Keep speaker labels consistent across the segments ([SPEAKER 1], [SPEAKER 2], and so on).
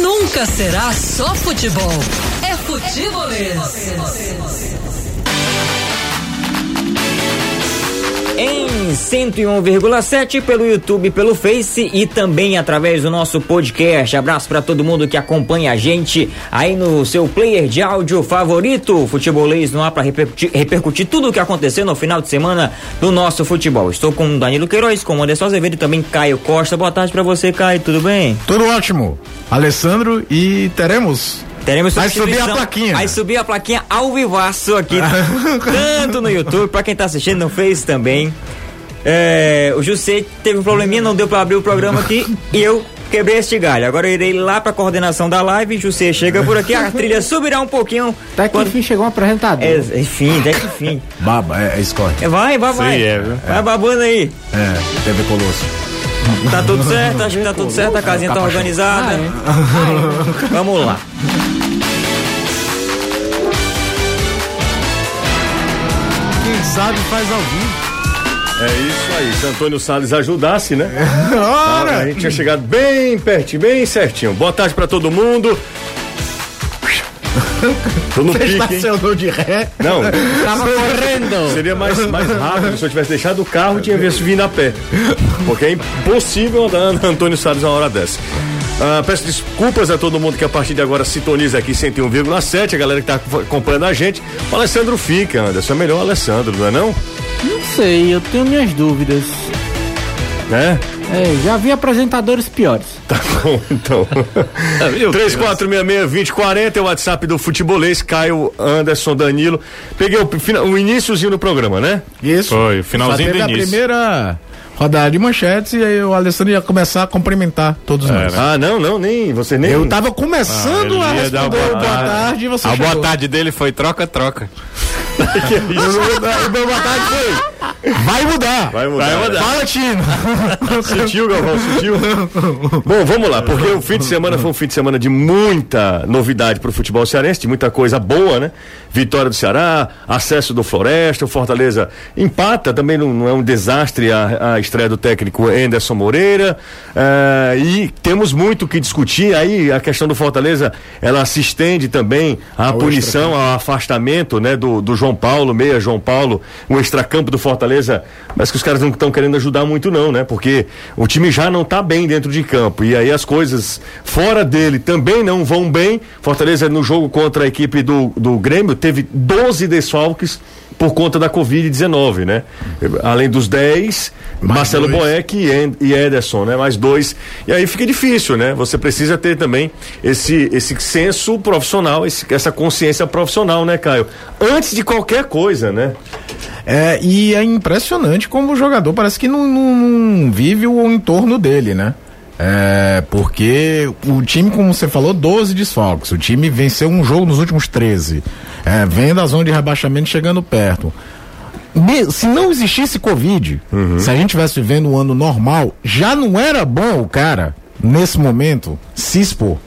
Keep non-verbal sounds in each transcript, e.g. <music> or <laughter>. [SPEAKER 1] nunca será só futebol. É futebolês.
[SPEAKER 2] Em 101,7 pelo YouTube, pelo Face e também através do nosso podcast. Abraço para todo mundo que acompanha a gente aí no seu player de áudio favorito. Futebolês não há para repercutir, repercutir tudo o que aconteceu no final de semana do nosso futebol. Estou com Danilo Queiroz, com Anderson Azevedo e também Caio Costa. Boa tarde para você, Caio. Tudo bem?
[SPEAKER 3] Tudo ótimo. Alessandro e teremos
[SPEAKER 2] Teremos
[SPEAKER 3] Vai
[SPEAKER 2] substituição.
[SPEAKER 3] subir a plaquinha.
[SPEAKER 2] Vai subir a plaquinha ao vivaço aqui. tá?
[SPEAKER 4] <laughs>
[SPEAKER 2] tanto no YouTube, pra quem tá assistindo no Face também. É, o José teve um probleminha, não deu pra abrir o programa aqui e eu quebrei este galho. Agora eu irei lá pra coordenação da live. José chega por aqui, a trilha subirá um pouquinho.
[SPEAKER 5] Até que enfim chegou um apresentador.
[SPEAKER 2] É, enfim, até que enfim.
[SPEAKER 3] Baba, é, é Scott.
[SPEAKER 2] É, Vai, vai, vai.
[SPEAKER 4] Sei, é, viu?
[SPEAKER 2] vai babando aí.
[SPEAKER 3] É, TV Colosso.
[SPEAKER 2] Tá tudo certo, acho que tá tudo certo, a casinha tá organizada.
[SPEAKER 5] Ah, é.
[SPEAKER 2] Vamos lá.
[SPEAKER 3] Quem sabe faz ao <laughs> vivo.
[SPEAKER 4] É isso aí. Se Antônio Salles ajudasse, né? A
[SPEAKER 3] Ora!
[SPEAKER 4] gente tinha chegado bem pertinho, bem certinho. Boa tarde pra todo mundo. Tô no pique, hein?
[SPEAKER 3] Estacionou Tá de ré.
[SPEAKER 4] Não,
[SPEAKER 5] Tava correndo.
[SPEAKER 4] seria mais, mais rápido se eu tivesse deixado o carro tinha visto vindo a pé. Porque é impossível andar na Antônio Salles uma hora dessa. Ah, peço desculpas a todo mundo que a partir de agora sintoniza aqui 101,7, a galera que tá acompanhando a gente. O Alessandro fica, Anderson. É melhor o Alessandro, não é não?
[SPEAKER 5] Não sei, eu tenho minhas dúvidas.
[SPEAKER 4] Né?
[SPEAKER 5] É, já vi apresentadores piores.
[SPEAKER 4] Tá bom,
[SPEAKER 5] <laughs>
[SPEAKER 4] então. 3466-2040 é o WhatsApp do futebolês, Caio, Anderson, Danilo. Peguei o, fina- o iníciozinho do programa, né?
[SPEAKER 3] Isso.
[SPEAKER 4] Foi, finalzinho
[SPEAKER 3] Só teve
[SPEAKER 4] do início.
[SPEAKER 3] a primeira rodada de manchetes e aí o Alessandro ia começar a cumprimentar todos nós.
[SPEAKER 4] Ah, não, não, nem você nem. <laughs>
[SPEAKER 3] Eu tá- tava começando
[SPEAKER 6] Ah,
[SPEAKER 3] a
[SPEAKER 6] ele ia dar
[SPEAKER 3] responder
[SPEAKER 6] boa
[SPEAKER 3] o boa
[SPEAKER 6] tarde.
[SPEAKER 3] tarde e você
[SPEAKER 6] A Ah, boa
[SPEAKER 3] chegou.
[SPEAKER 6] tarde dele foi troca-troca.
[SPEAKER 4] O meu boa tarde foi.
[SPEAKER 3] Vai mudar.
[SPEAKER 4] Vai mudar. Vai mudar.
[SPEAKER 3] Fala, Tino.
[SPEAKER 4] Sentiu, Galvão, sentiu? Bom, vamos lá, porque o fim de semana foi um fim de semana de muita novidade pro futebol cearense, de muita coisa boa, né? Vitória do Ceará, acesso do Floresta, o Fortaleza empata, também não, não é um desastre a, a estreia do técnico Anderson Moreira. eh, e temos muito o que discutir. Aí a questão do Fortaleza, ela se estende também à punição, ao afastamento, né, do, do João Paulo, meia João Paulo, o extracampo do Fortaleza. Mas que os caras não estão querendo ajudar muito, não, né? Porque o time já não tá bem dentro de campo. E aí as coisas fora dele também não vão bem. Fortaleza, no jogo contra a equipe do, do Grêmio, teve 12 desfalques por conta da Covid-19, né? Além dos 10, Marcelo
[SPEAKER 3] dois.
[SPEAKER 4] Boeck e, En- e Ederson, né? Mais dois. E aí fica difícil, né? Você precisa ter também esse, esse senso profissional, esse- essa consciência profissional, né, Caio? Antes de qualquer coisa, né?
[SPEAKER 3] É, e é impressionante como o jogador parece que não, não- não vive o entorno dele, né? É, porque o time, como você falou, 12 desfalques. O time venceu um jogo nos últimos 13. É, vem da zona de rebaixamento chegando perto. Me- se não existisse Covid, se a gente tivesse vivendo um ano normal, já não era bom o cara, nesse momento, se expor.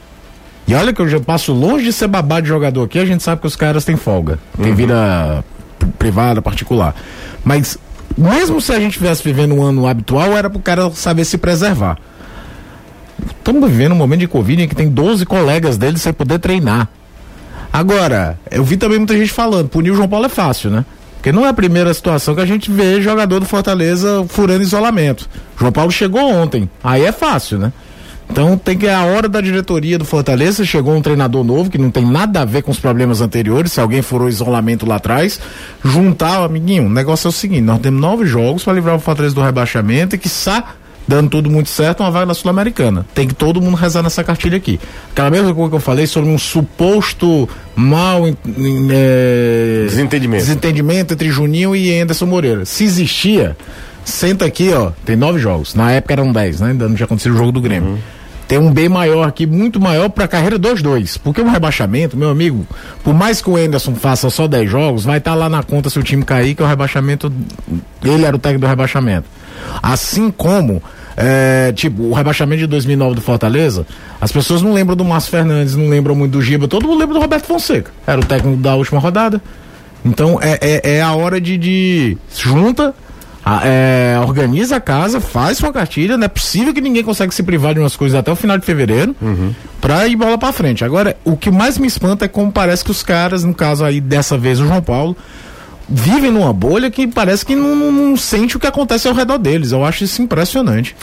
[SPEAKER 3] E olha que eu já passo longe de ser babado de jogador aqui, a gente sabe que os caras têm folga. Tem vida p- privada, particular. Mas mesmo se a gente estivesse vivendo um ano habitual, era pro cara saber se preservar. Estamos vivendo um momento de Covid em que tem 12 colegas dele sem poder treinar. Agora, eu vi também muita gente falando, punir o João Paulo é fácil, né? Porque não é a primeira situação que a gente vê jogador do Fortaleza furando isolamento. João Paulo chegou ontem, aí é fácil, né? Então tem que é a hora da diretoria do Fortaleza, chegou um treinador novo que não tem nada a ver com os problemas anteriores, se alguém furou isolamento lá atrás, juntar, amiguinho, o negócio é o seguinte, nós temos nove jogos para livrar o Fortaleza do rebaixamento e que dando tudo muito certo, uma vaga na Sul-Americana. Tem que todo mundo rezar nessa cartilha aqui. Aquela mesma coisa que eu falei sobre um suposto mal em- em, eh,
[SPEAKER 4] Desentendimento.
[SPEAKER 3] desentendimento entre Juninho e Anderson Moreira. Se existia, senta aqui, ó, tem nove jogos. Na época eram dez, né? Ainda não tinha acontecido o jogo do Grêmio. Tem um bem maior aqui, muito maior para a carreira dos dois. Porque um rebaixamento, meu amigo, por mais que o Anderson faça só 10 jogos, vai estar lá na conta se o time cair, que o rebaixamento. Ele era o técnico do rebaixamento. Assim como, é, tipo, o rebaixamento de 2009 do Fortaleza, as pessoas não lembram do Márcio Fernandes, não lembram muito do Giba, todo mundo lembra do Roberto Fonseca. Era o técnico da última rodada. Então é, é, é a hora de, de se junta, a- é, organiza a casa, faz sua cartilha. Não é possível que ninguém consegue se privar de umas coisas até o final de fevereiro pra ir bola pra frente. Agora, o que mais me espanta é como parece que os caras, no caso aí dessa vez o João Paulo, vivem numa bolha que parece que não, não- não sente o que acontece ao redor deles. Eu acho isso impressionante.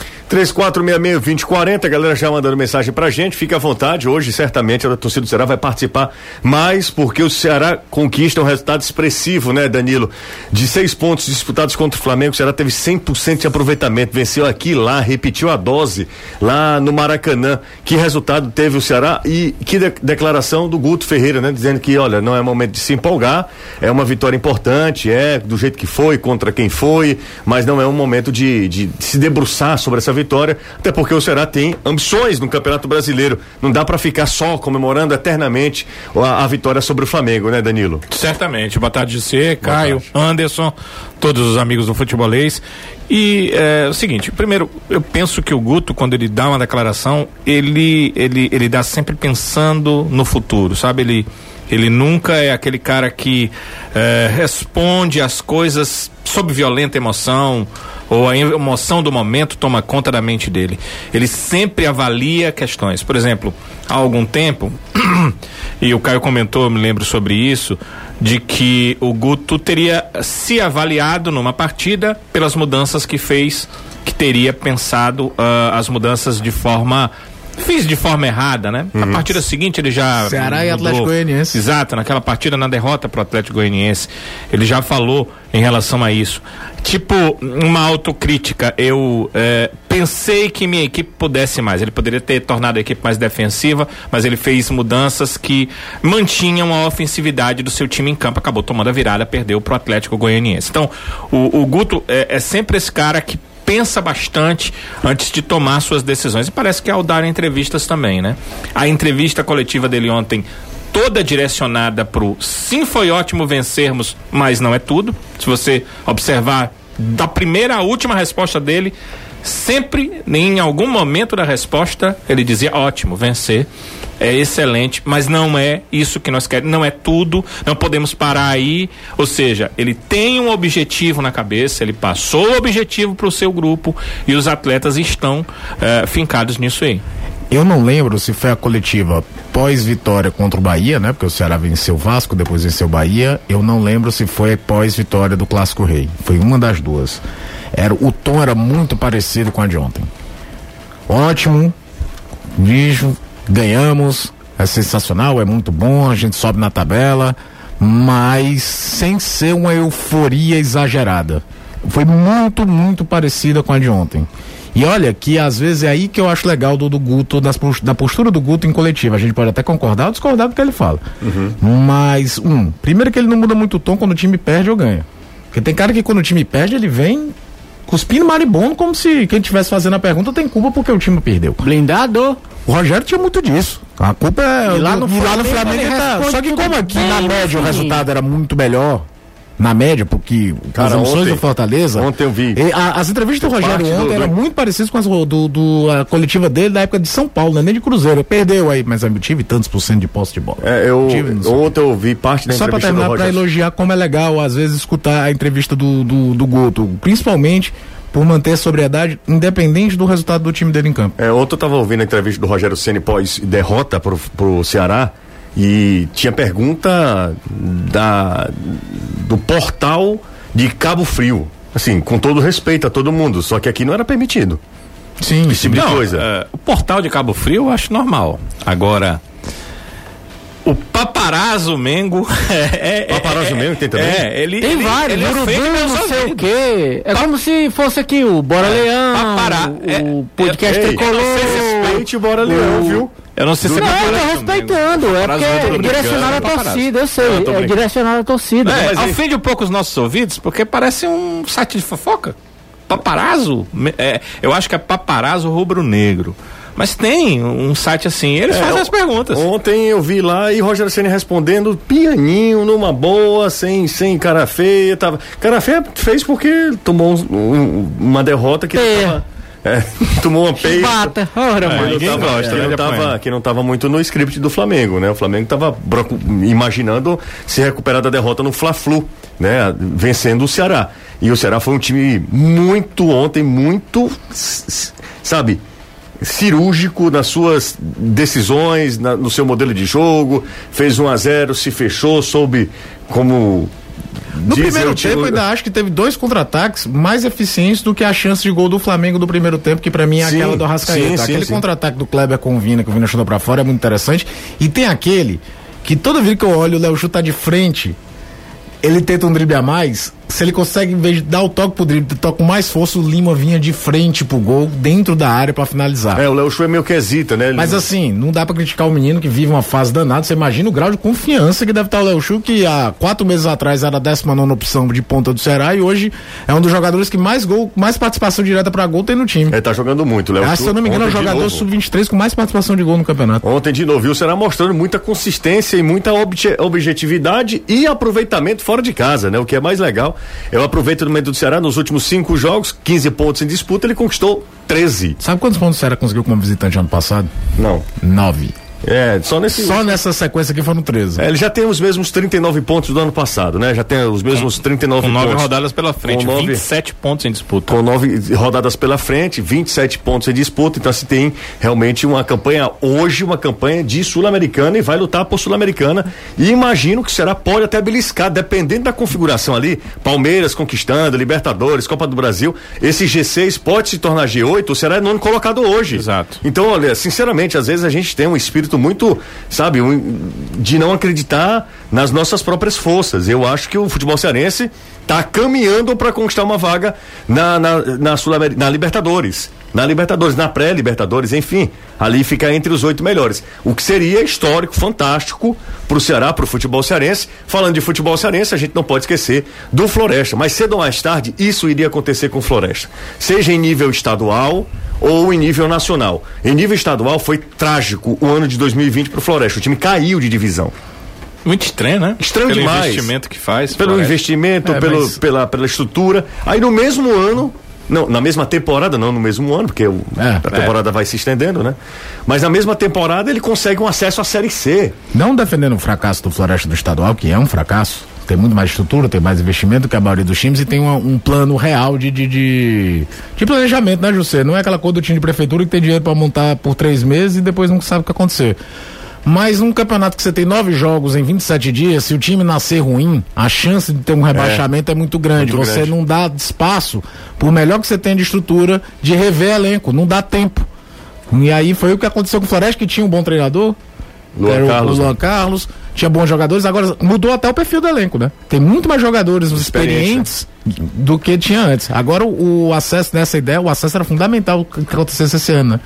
[SPEAKER 4] 3466-2040, a galera já mandando mensagem pra gente, fica à vontade, hoje certamente a torcida do Ceará vai participar mais, porque o Ceará conquista um resultado expressivo, né Danilo? De seis pontos disputados contra o Flamengo, o Ceará teve 100% de aproveitamento, venceu aqui, lá, repetiu a dose, lá no Maracanã, que resultado teve o Ceará e que de- declaração do Guto Ferreira, né? Dizendo que, olha, não é momento de se empolgar, é uma vitória importante, é do jeito que foi, contra quem foi, mas não é um momento de, de se debruçar sobre essa vitória, até porque o Ceará tem ambições no Campeonato Brasileiro. Não dá pra ficar só comemorando eternamente a, a vitória sobre o Flamengo, né, Danilo?
[SPEAKER 6] Certamente. Boa tarde, C, Caio, Anderson, todos os amigos do futebolês. E é, o seguinte, primeiro, eu penso que o Guto, quando ele dá uma declaração, ele, ele, ele dá sempre pensando no futuro, sabe? Ele, ele nunca é aquele cara que é, responde às coisas sob violenta emoção ou a em- emoção do momento toma conta da mente dele. Ele sempre avalia questões. Por exemplo, há algum tempo, <clears throat> e o Caio comentou, eu me lembro sobre isso, de que o Guto teria se avaliado numa partida pelas mudanças que fez, que teria pensado ah, as mudanças de forma. Fez de forma errada, né? Na partida seguinte ele já.
[SPEAKER 3] Ceará e
[SPEAKER 6] mudou.
[SPEAKER 3] Atlético Goianiense.
[SPEAKER 6] Exato, naquela partida, na derrota pro Atlético Goianiense. Ele já falou em relação a isso. Tipo, uma autocrítica. Eu eh, pensei que minha equipe pudesse mais. Ele poderia ter tornado a equipe mais defensiva, mas ele fez mudanças que mantinham a ofensividade do seu time em campo. Acabou tomando a virada, perdeu pro Atlético Goianiense. Então, o, o Guto eh, é sempre esse cara que pensa bastante antes de tomar suas decisões. E parece que ao dar entrevistas também, né? A entrevista coletiva dele ontem, toda direcionada pro sim, foi ótimo vencermos, mas não é tudo. Se você observar da primeira à última resposta dele, sempre, em algum momento da resposta, ele dizia ótimo, vencer é excelente, mas não é isso que nós queremos, não é tudo, não podemos parar aí. Ou seja, ele tem um objetivo na cabeça, ele passou o objetivo para o seu grupo e os atletas estão eh, fincados nisso aí.
[SPEAKER 3] Eu não lembro se foi a coletiva pós-vitória contra o Bahia, né? Porque o Ceará venceu o Vasco, depois venceu o Bahia. Eu não lembro se foi pós-vitória do Clássico Rei. Foi uma das duas. Era, o tom era muito parecido com a de ontem. Ótimo, bicho, ganhamos, é sensacional, é muito bom, a gente sobe na tabela, mas sem ser uma euforia exagerada. Foi muito, muito parecida com a de ontem. E olha que às vezes é aí que eu acho legal do, do Guto, das pos- da postura do Guto em coletiva. A gente pode até concordar ou discordar do que ele fala. Mas, um, primeiro que ele não muda muito o tom quando o time perde ou ganha. Porque tem cara que quando o time perde, ele vem cuspindo maribondo como se quem estivesse fazendo a pergunta tem culpa porque o time perdeu.
[SPEAKER 5] Blindado.
[SPEAKER 3] O Rogério tinha muito disso. A culpa é.
[SPEAKER 5] E lá no
[SPEAKER 3] e lá no
[SPEAKER 5] Flamengo
[SPEAKER 3] Flamengo
[SPEAKER 5] ele
[SPEAKER 3] ele tá.
[SPEAKER 5] responde
[SPEAKER 3] Só que
[SPEAKER 5] tudo
[SPEAKER 3] como aqui
[SPEAKER 5] bem,
[SPEAKER 3] na
[SPEAKER 5] né,
[SPEAKER 3] média o
[SPEAKER 5] filho?
[SPEAKER 3] resultado era muito melhor. Na média, porque as
[SPEAKER 4] Cara,
[SPEAKER 3] emoções
[SPEAKER 4] ontem-
[SPEAKER 3] do Fortaleza.
[SPEAKER 4] ontem eu vi.
[SPEAKER 3] e a- as entrevistas do Rogério
[SPEAKER 4] Parte do-
[SPEAKER 3] ontem eram
[SPEAKER 4] do-
[SPEAKER 3] muito parecidas com as do, do- do- a coletiva dele da época de São Paulo, né? nem de Cruzeiro. Perdeu aí, mas eu tive tantos por cento de posse de bola.
[SPEAKER 4] É, eu,
[SPEAKER 3] Tive, não sei.
[SPEAKER 4] ontem eu vi parte da
[SPEAKER 3] Só pra
[SPEAKER 4] entrevista do
[SPEAKER 3] terminar, pra
[SPEAKER 4] Rogério.
[SPEAKER 3] elogiar como é legal, às vezes, escutar a entrevista do, do, do Guto, principalmente por manter a sobriedade, independente do resultado do time dele em campo.
[SPEAKER 4] É, ontem eu tava ouvindo a entrevista do Rogério Ceni pós derrota pro, pro Ceará e tinha pergunta da do portal de Cabo Frio. Assim, com todo respeito a todo mundo, só que aqui não era permitido.
[SPEAKER 3] Sim,
[SPEAKER 4] Esse tipo de coisa.
[SPEAKER 6] eh, o portal de Cabo Frio eu acho normal. Agora, o paparazzo Mengo. <laughs> é- é-
[SPEAKER 4] Paparazzo
[SPEAKER 6] é-
[SPEAKER 4] Mengo tem também?
[SPEAKER 6] É, ele.
[SPEAKER 5] Tem
[SPEAKER 6] ele-
[SPEAKER 5] vários.
[SPEAKER 6] ele é
[SPEAKER 5] Urubu,
[SPEAKER 6] feito pelos
[SPEAKER 5] não sei o
[SPEAKER 6] amigos.
[SPEAKER 5] quê. É como se fosse aqui o Bora Leão.
[SPEAKER 6] papará-
[SPEAKER 5] O, o
[SPEAKER 6] é-
[SPEAKER 5] podcast
[SPEAKER 4] Ei, eu não
[SPEAKER 5] tricolor.
[SPEAKER 4] Respeite o Bora Leão, viu?
[SPEAKER 6] Eu não sei se é
[SPEAKER 5] Não, eu é, tô
[SPEAKER 6] paparazzo
[SPEAKER 5] respeitando. É
[SPEAKER 6] Paparazzo, eu tô
[SPEAKER 5] porque é
[SPEAKER 6] brincando.
[SPEAKER 5] direcionado à
[SPEAKER 6] Paparazzo.
[SPEAKER 5] torcida, eu sei.
[SPEAKER 4] Não, eu tô
[SPEAKER 5] é
[SPEAKER 4] brincando.
[SPEAKER 5] direcionado à torcida.
[SPEAKER 6] É,
[SPEAKER 4] mas aí-
[SPEAKER 6] ofende um pouco os nossos ouvidos, porque parece um site de fofoca. Paparazzo, me- é, eu acho que é paparazzo rubro-negro. Mas tem um site assim, eles fazem
[SPEAKER 4] É,
[SPEAKER 6] as perguntas.
[SPEAKER 4] Ontem eu vi lá e Rogério Senna respondendo pianinho, numa boa, sem, sem cara feia. Tava... Cara feia fez porque tomou um- um- uma derrota que ele
[SPEAKER 5] Feia.
[SPEAKER 4] tava. é, <laughs> tomou uma peita.
[SPEAKER 5] Bata. Ora,
[SPEAKER 4] Que
[SPEAKER 5] mãe.
[SPEAKER 4] não
[SPEAKER 6] Ninguém
[SPEAKER 4] tava,
[SPEAKER 6] gosta,
[SPEAKER 4] É, que
[SPEAKER 6] né,
[SPEAKER 4] não
[SPEAKER 6] de
[SPEAKER 4] tava-
[SPEAKER 6] apanhar.
[SPEAKER 4] que não tava muito no script do Flamengo, né? O Flamengo tava brocu- imaginando se recuperar da derrota no Fla-Flu, né? Vencendo o Ceará. E o Ceará foi um time muito ontem, muito, s- s- sabe? cirúrgico nas suas decisões, na- no seu modelo de jogo, fez 1 a 0, se fechou, soube como
[SPEAKER 3] No
[SPEAKER 4] diz,
[SPEAKER 3] primeiro
[SPEAKER 4] eu te-
[SPEAKER 3] tempo, eu ainda acho que teve dois contra-ataques mais eficientes do que a chance de gol do Flamengo do primeiro tempo, que pra mim é
[SPEAKER 4] Sim,
[SPEAKER 3] aquela do Arrascaeta.
[SPEAKER 4] sim, sim,
[SPEAKER 3] aquele
[SPEAKER 4] sim.
[SPEAKER 3] contra-ataque do Kleber com o Vina, que o Vina chutou pra fora, é muito interessante. E tem aquele que toda vez que eu olho o Léo chutar de frente, ele tenta um drible a mais. Se ele consegue, em vez de dar o toque pro drible, toca com mais força, o Lima vinha de frente pro gol, dentro da área pra finalizar.
[SPEAKER 4] É, o Léo Chu é meio que hesita, né? Ele-
[SPEAKER 3] Mas assim, não dá pra criticar o menino que vive uma fase danada. Você imagina o grau de confiança que deve estar o Léo Chu, que há quatro meses atrás era a 19 opção de ponta do Ceará e hoje é um dos jogadores que mais gol, mais participação direta pra gol tem no time.
[SPEAKER 4] É, tá jogando muito, Léo.
[SPEAKER 3] Ah,
[SPEAKER 4] Chu.
[SPEAKER 3] se eu não me engano, é o
[SPEAKER 4] Ontem de
[SPEAKER 3] jogador
[SPEAKER 4] novo.
[SPEAKER 3] sub-23 com mais participação de gol no campeonato.
[SPEAKER 4] Ontem de novo, e o Ceará mostrando muita consistência e muita obje- objetividade e aproveitamento fora de casa, né? O que é mais legal é o aproveitamento do Ceará nos últimos cinco jogos, 15 pontos em disputa, ele conquistou 13.
[SPEAKER 3] Sabe quantos pontos o Ceará conseguiu como visitante ano passado?
[SPEAKER 4] Não.
[SPEAKER 3] Nove.
[SPEAKER 4] É, só nesse.
[SPEAKER 3] Só nessa sequência aqui foram 13.
[SPEAKER 4] É, ele já tem os mesmos 39 pontos do ano passado, né? Já tem os mesmos 39
[SPEAKER 6] Com Um nove
[SPEAKER 4] pontos.
[SPEAKER 6] rodadas pela frente,
[SPEAKER 4] Com Um nove-
[SPEAKER 6] 27 pontos em disputa.
[SPEAKER 4] com nove rodadas pela frente, 27 pontos em disputa, então se tem realmente uma campanha hoje, uma campanha de Sul-Americana e vai lutar por Sul-Americana. E imagino que será pode até beliscar, dependendo da configuração ali, Palmeiras conquistando, Libertadores, Copa do Brasil, esse G6 pode se tornar G8, ou será nono colocado hoje.
[SPEAKER 6] Exato.
[SPEAKER 4] Então, olha, sinceramente, às vezes a gente tem um espírito muito, sabe, um- de não acreditar nas nossas próprias forças. Eu acho que o futebol cearense está caminhando para conquistar uma vaga na, na, na, Sul na Libertadores. Na Libertadores, na pré-Libertadores, enfim, ali fica entre os oito melhores. O que seria histórico, fantástico para o Ceará, para o futebol cearense. Falando de futebol cearense, a gente não pode esquecer do Floresta. Mas cedo ou mais tarde, isso iria acontecer com o Floresta. Seja em nível estadual, ou em nível nacional. Em nível estadual foi trágico o ano de 2020 para o Floresta. O time caiu de divisão.
[SPEAKER 6] Muito estranho, né?
[SPEAKER 4] Estranho
[SPEAKER 6] Pelo
[SPEAKER 4] demais.
[SPEAKER 6] investimento que faz.
[SPEAKER 4] Pelo
[SPEAKER 6] parece.
[SPEAKER 4] investimento,
[SPEAKER 3] É,
[SPEAKER 4] pelo,
[SPEAKER 3] mas-
[SPEAKER 4] pela, pela estrutura. Aí no mesmo ano, não, na mesma temporada, não no mesmo ano, porque o-
[SPEAKER 3] É,
[SPEAKER 4] a temporada vai se estendendo, né? Mas na mesma temporada ele consegue um acesso à Série C.
[SPEAKER 3] Não defendendo o fracasso do Floresta do Estadual, que é um fracasso, tem muito mais estrutura, tem mais investimento que a maioria dos times e tem uma- um plano real de, de, de, de planejamento, né, José? Não é aquela coisa do time de prefeitura que tem dinheiro pra montar por três meses e depois não sabe o que acontecer. Mas num campeonato que você tem nove jogos em 27 dias, se o time nascer ruim, a chance de ter um rebaixamento é, muito grande.
[SPEAKER 4] muito
[SPEAKER 3] você
[SPEAKER 4] grande.
[SPEAKER 3] não dá espaço, por melhor que você tenha de estrutura, de rever elenco. Não dá tempo. E aí foi o que aconteceu com o Floresta, que tinha um bom treinador.
[SPEAKER 4] Luan
[SPEAKER 3] Era o-
[SPEAKER 4] Carlos,
[SPEAKER 3] o Luan
[SPEAKER 4] né?
[SPEAKER 3] Carlos, tinha bons jogadores, agora mudou até o perfil do elenco, né? Tem muito mais jogadores experientes do que tinha antes. Agora o, o acesso nessa ideia, o acesso era fundamental que que acontecesse esse ano, né?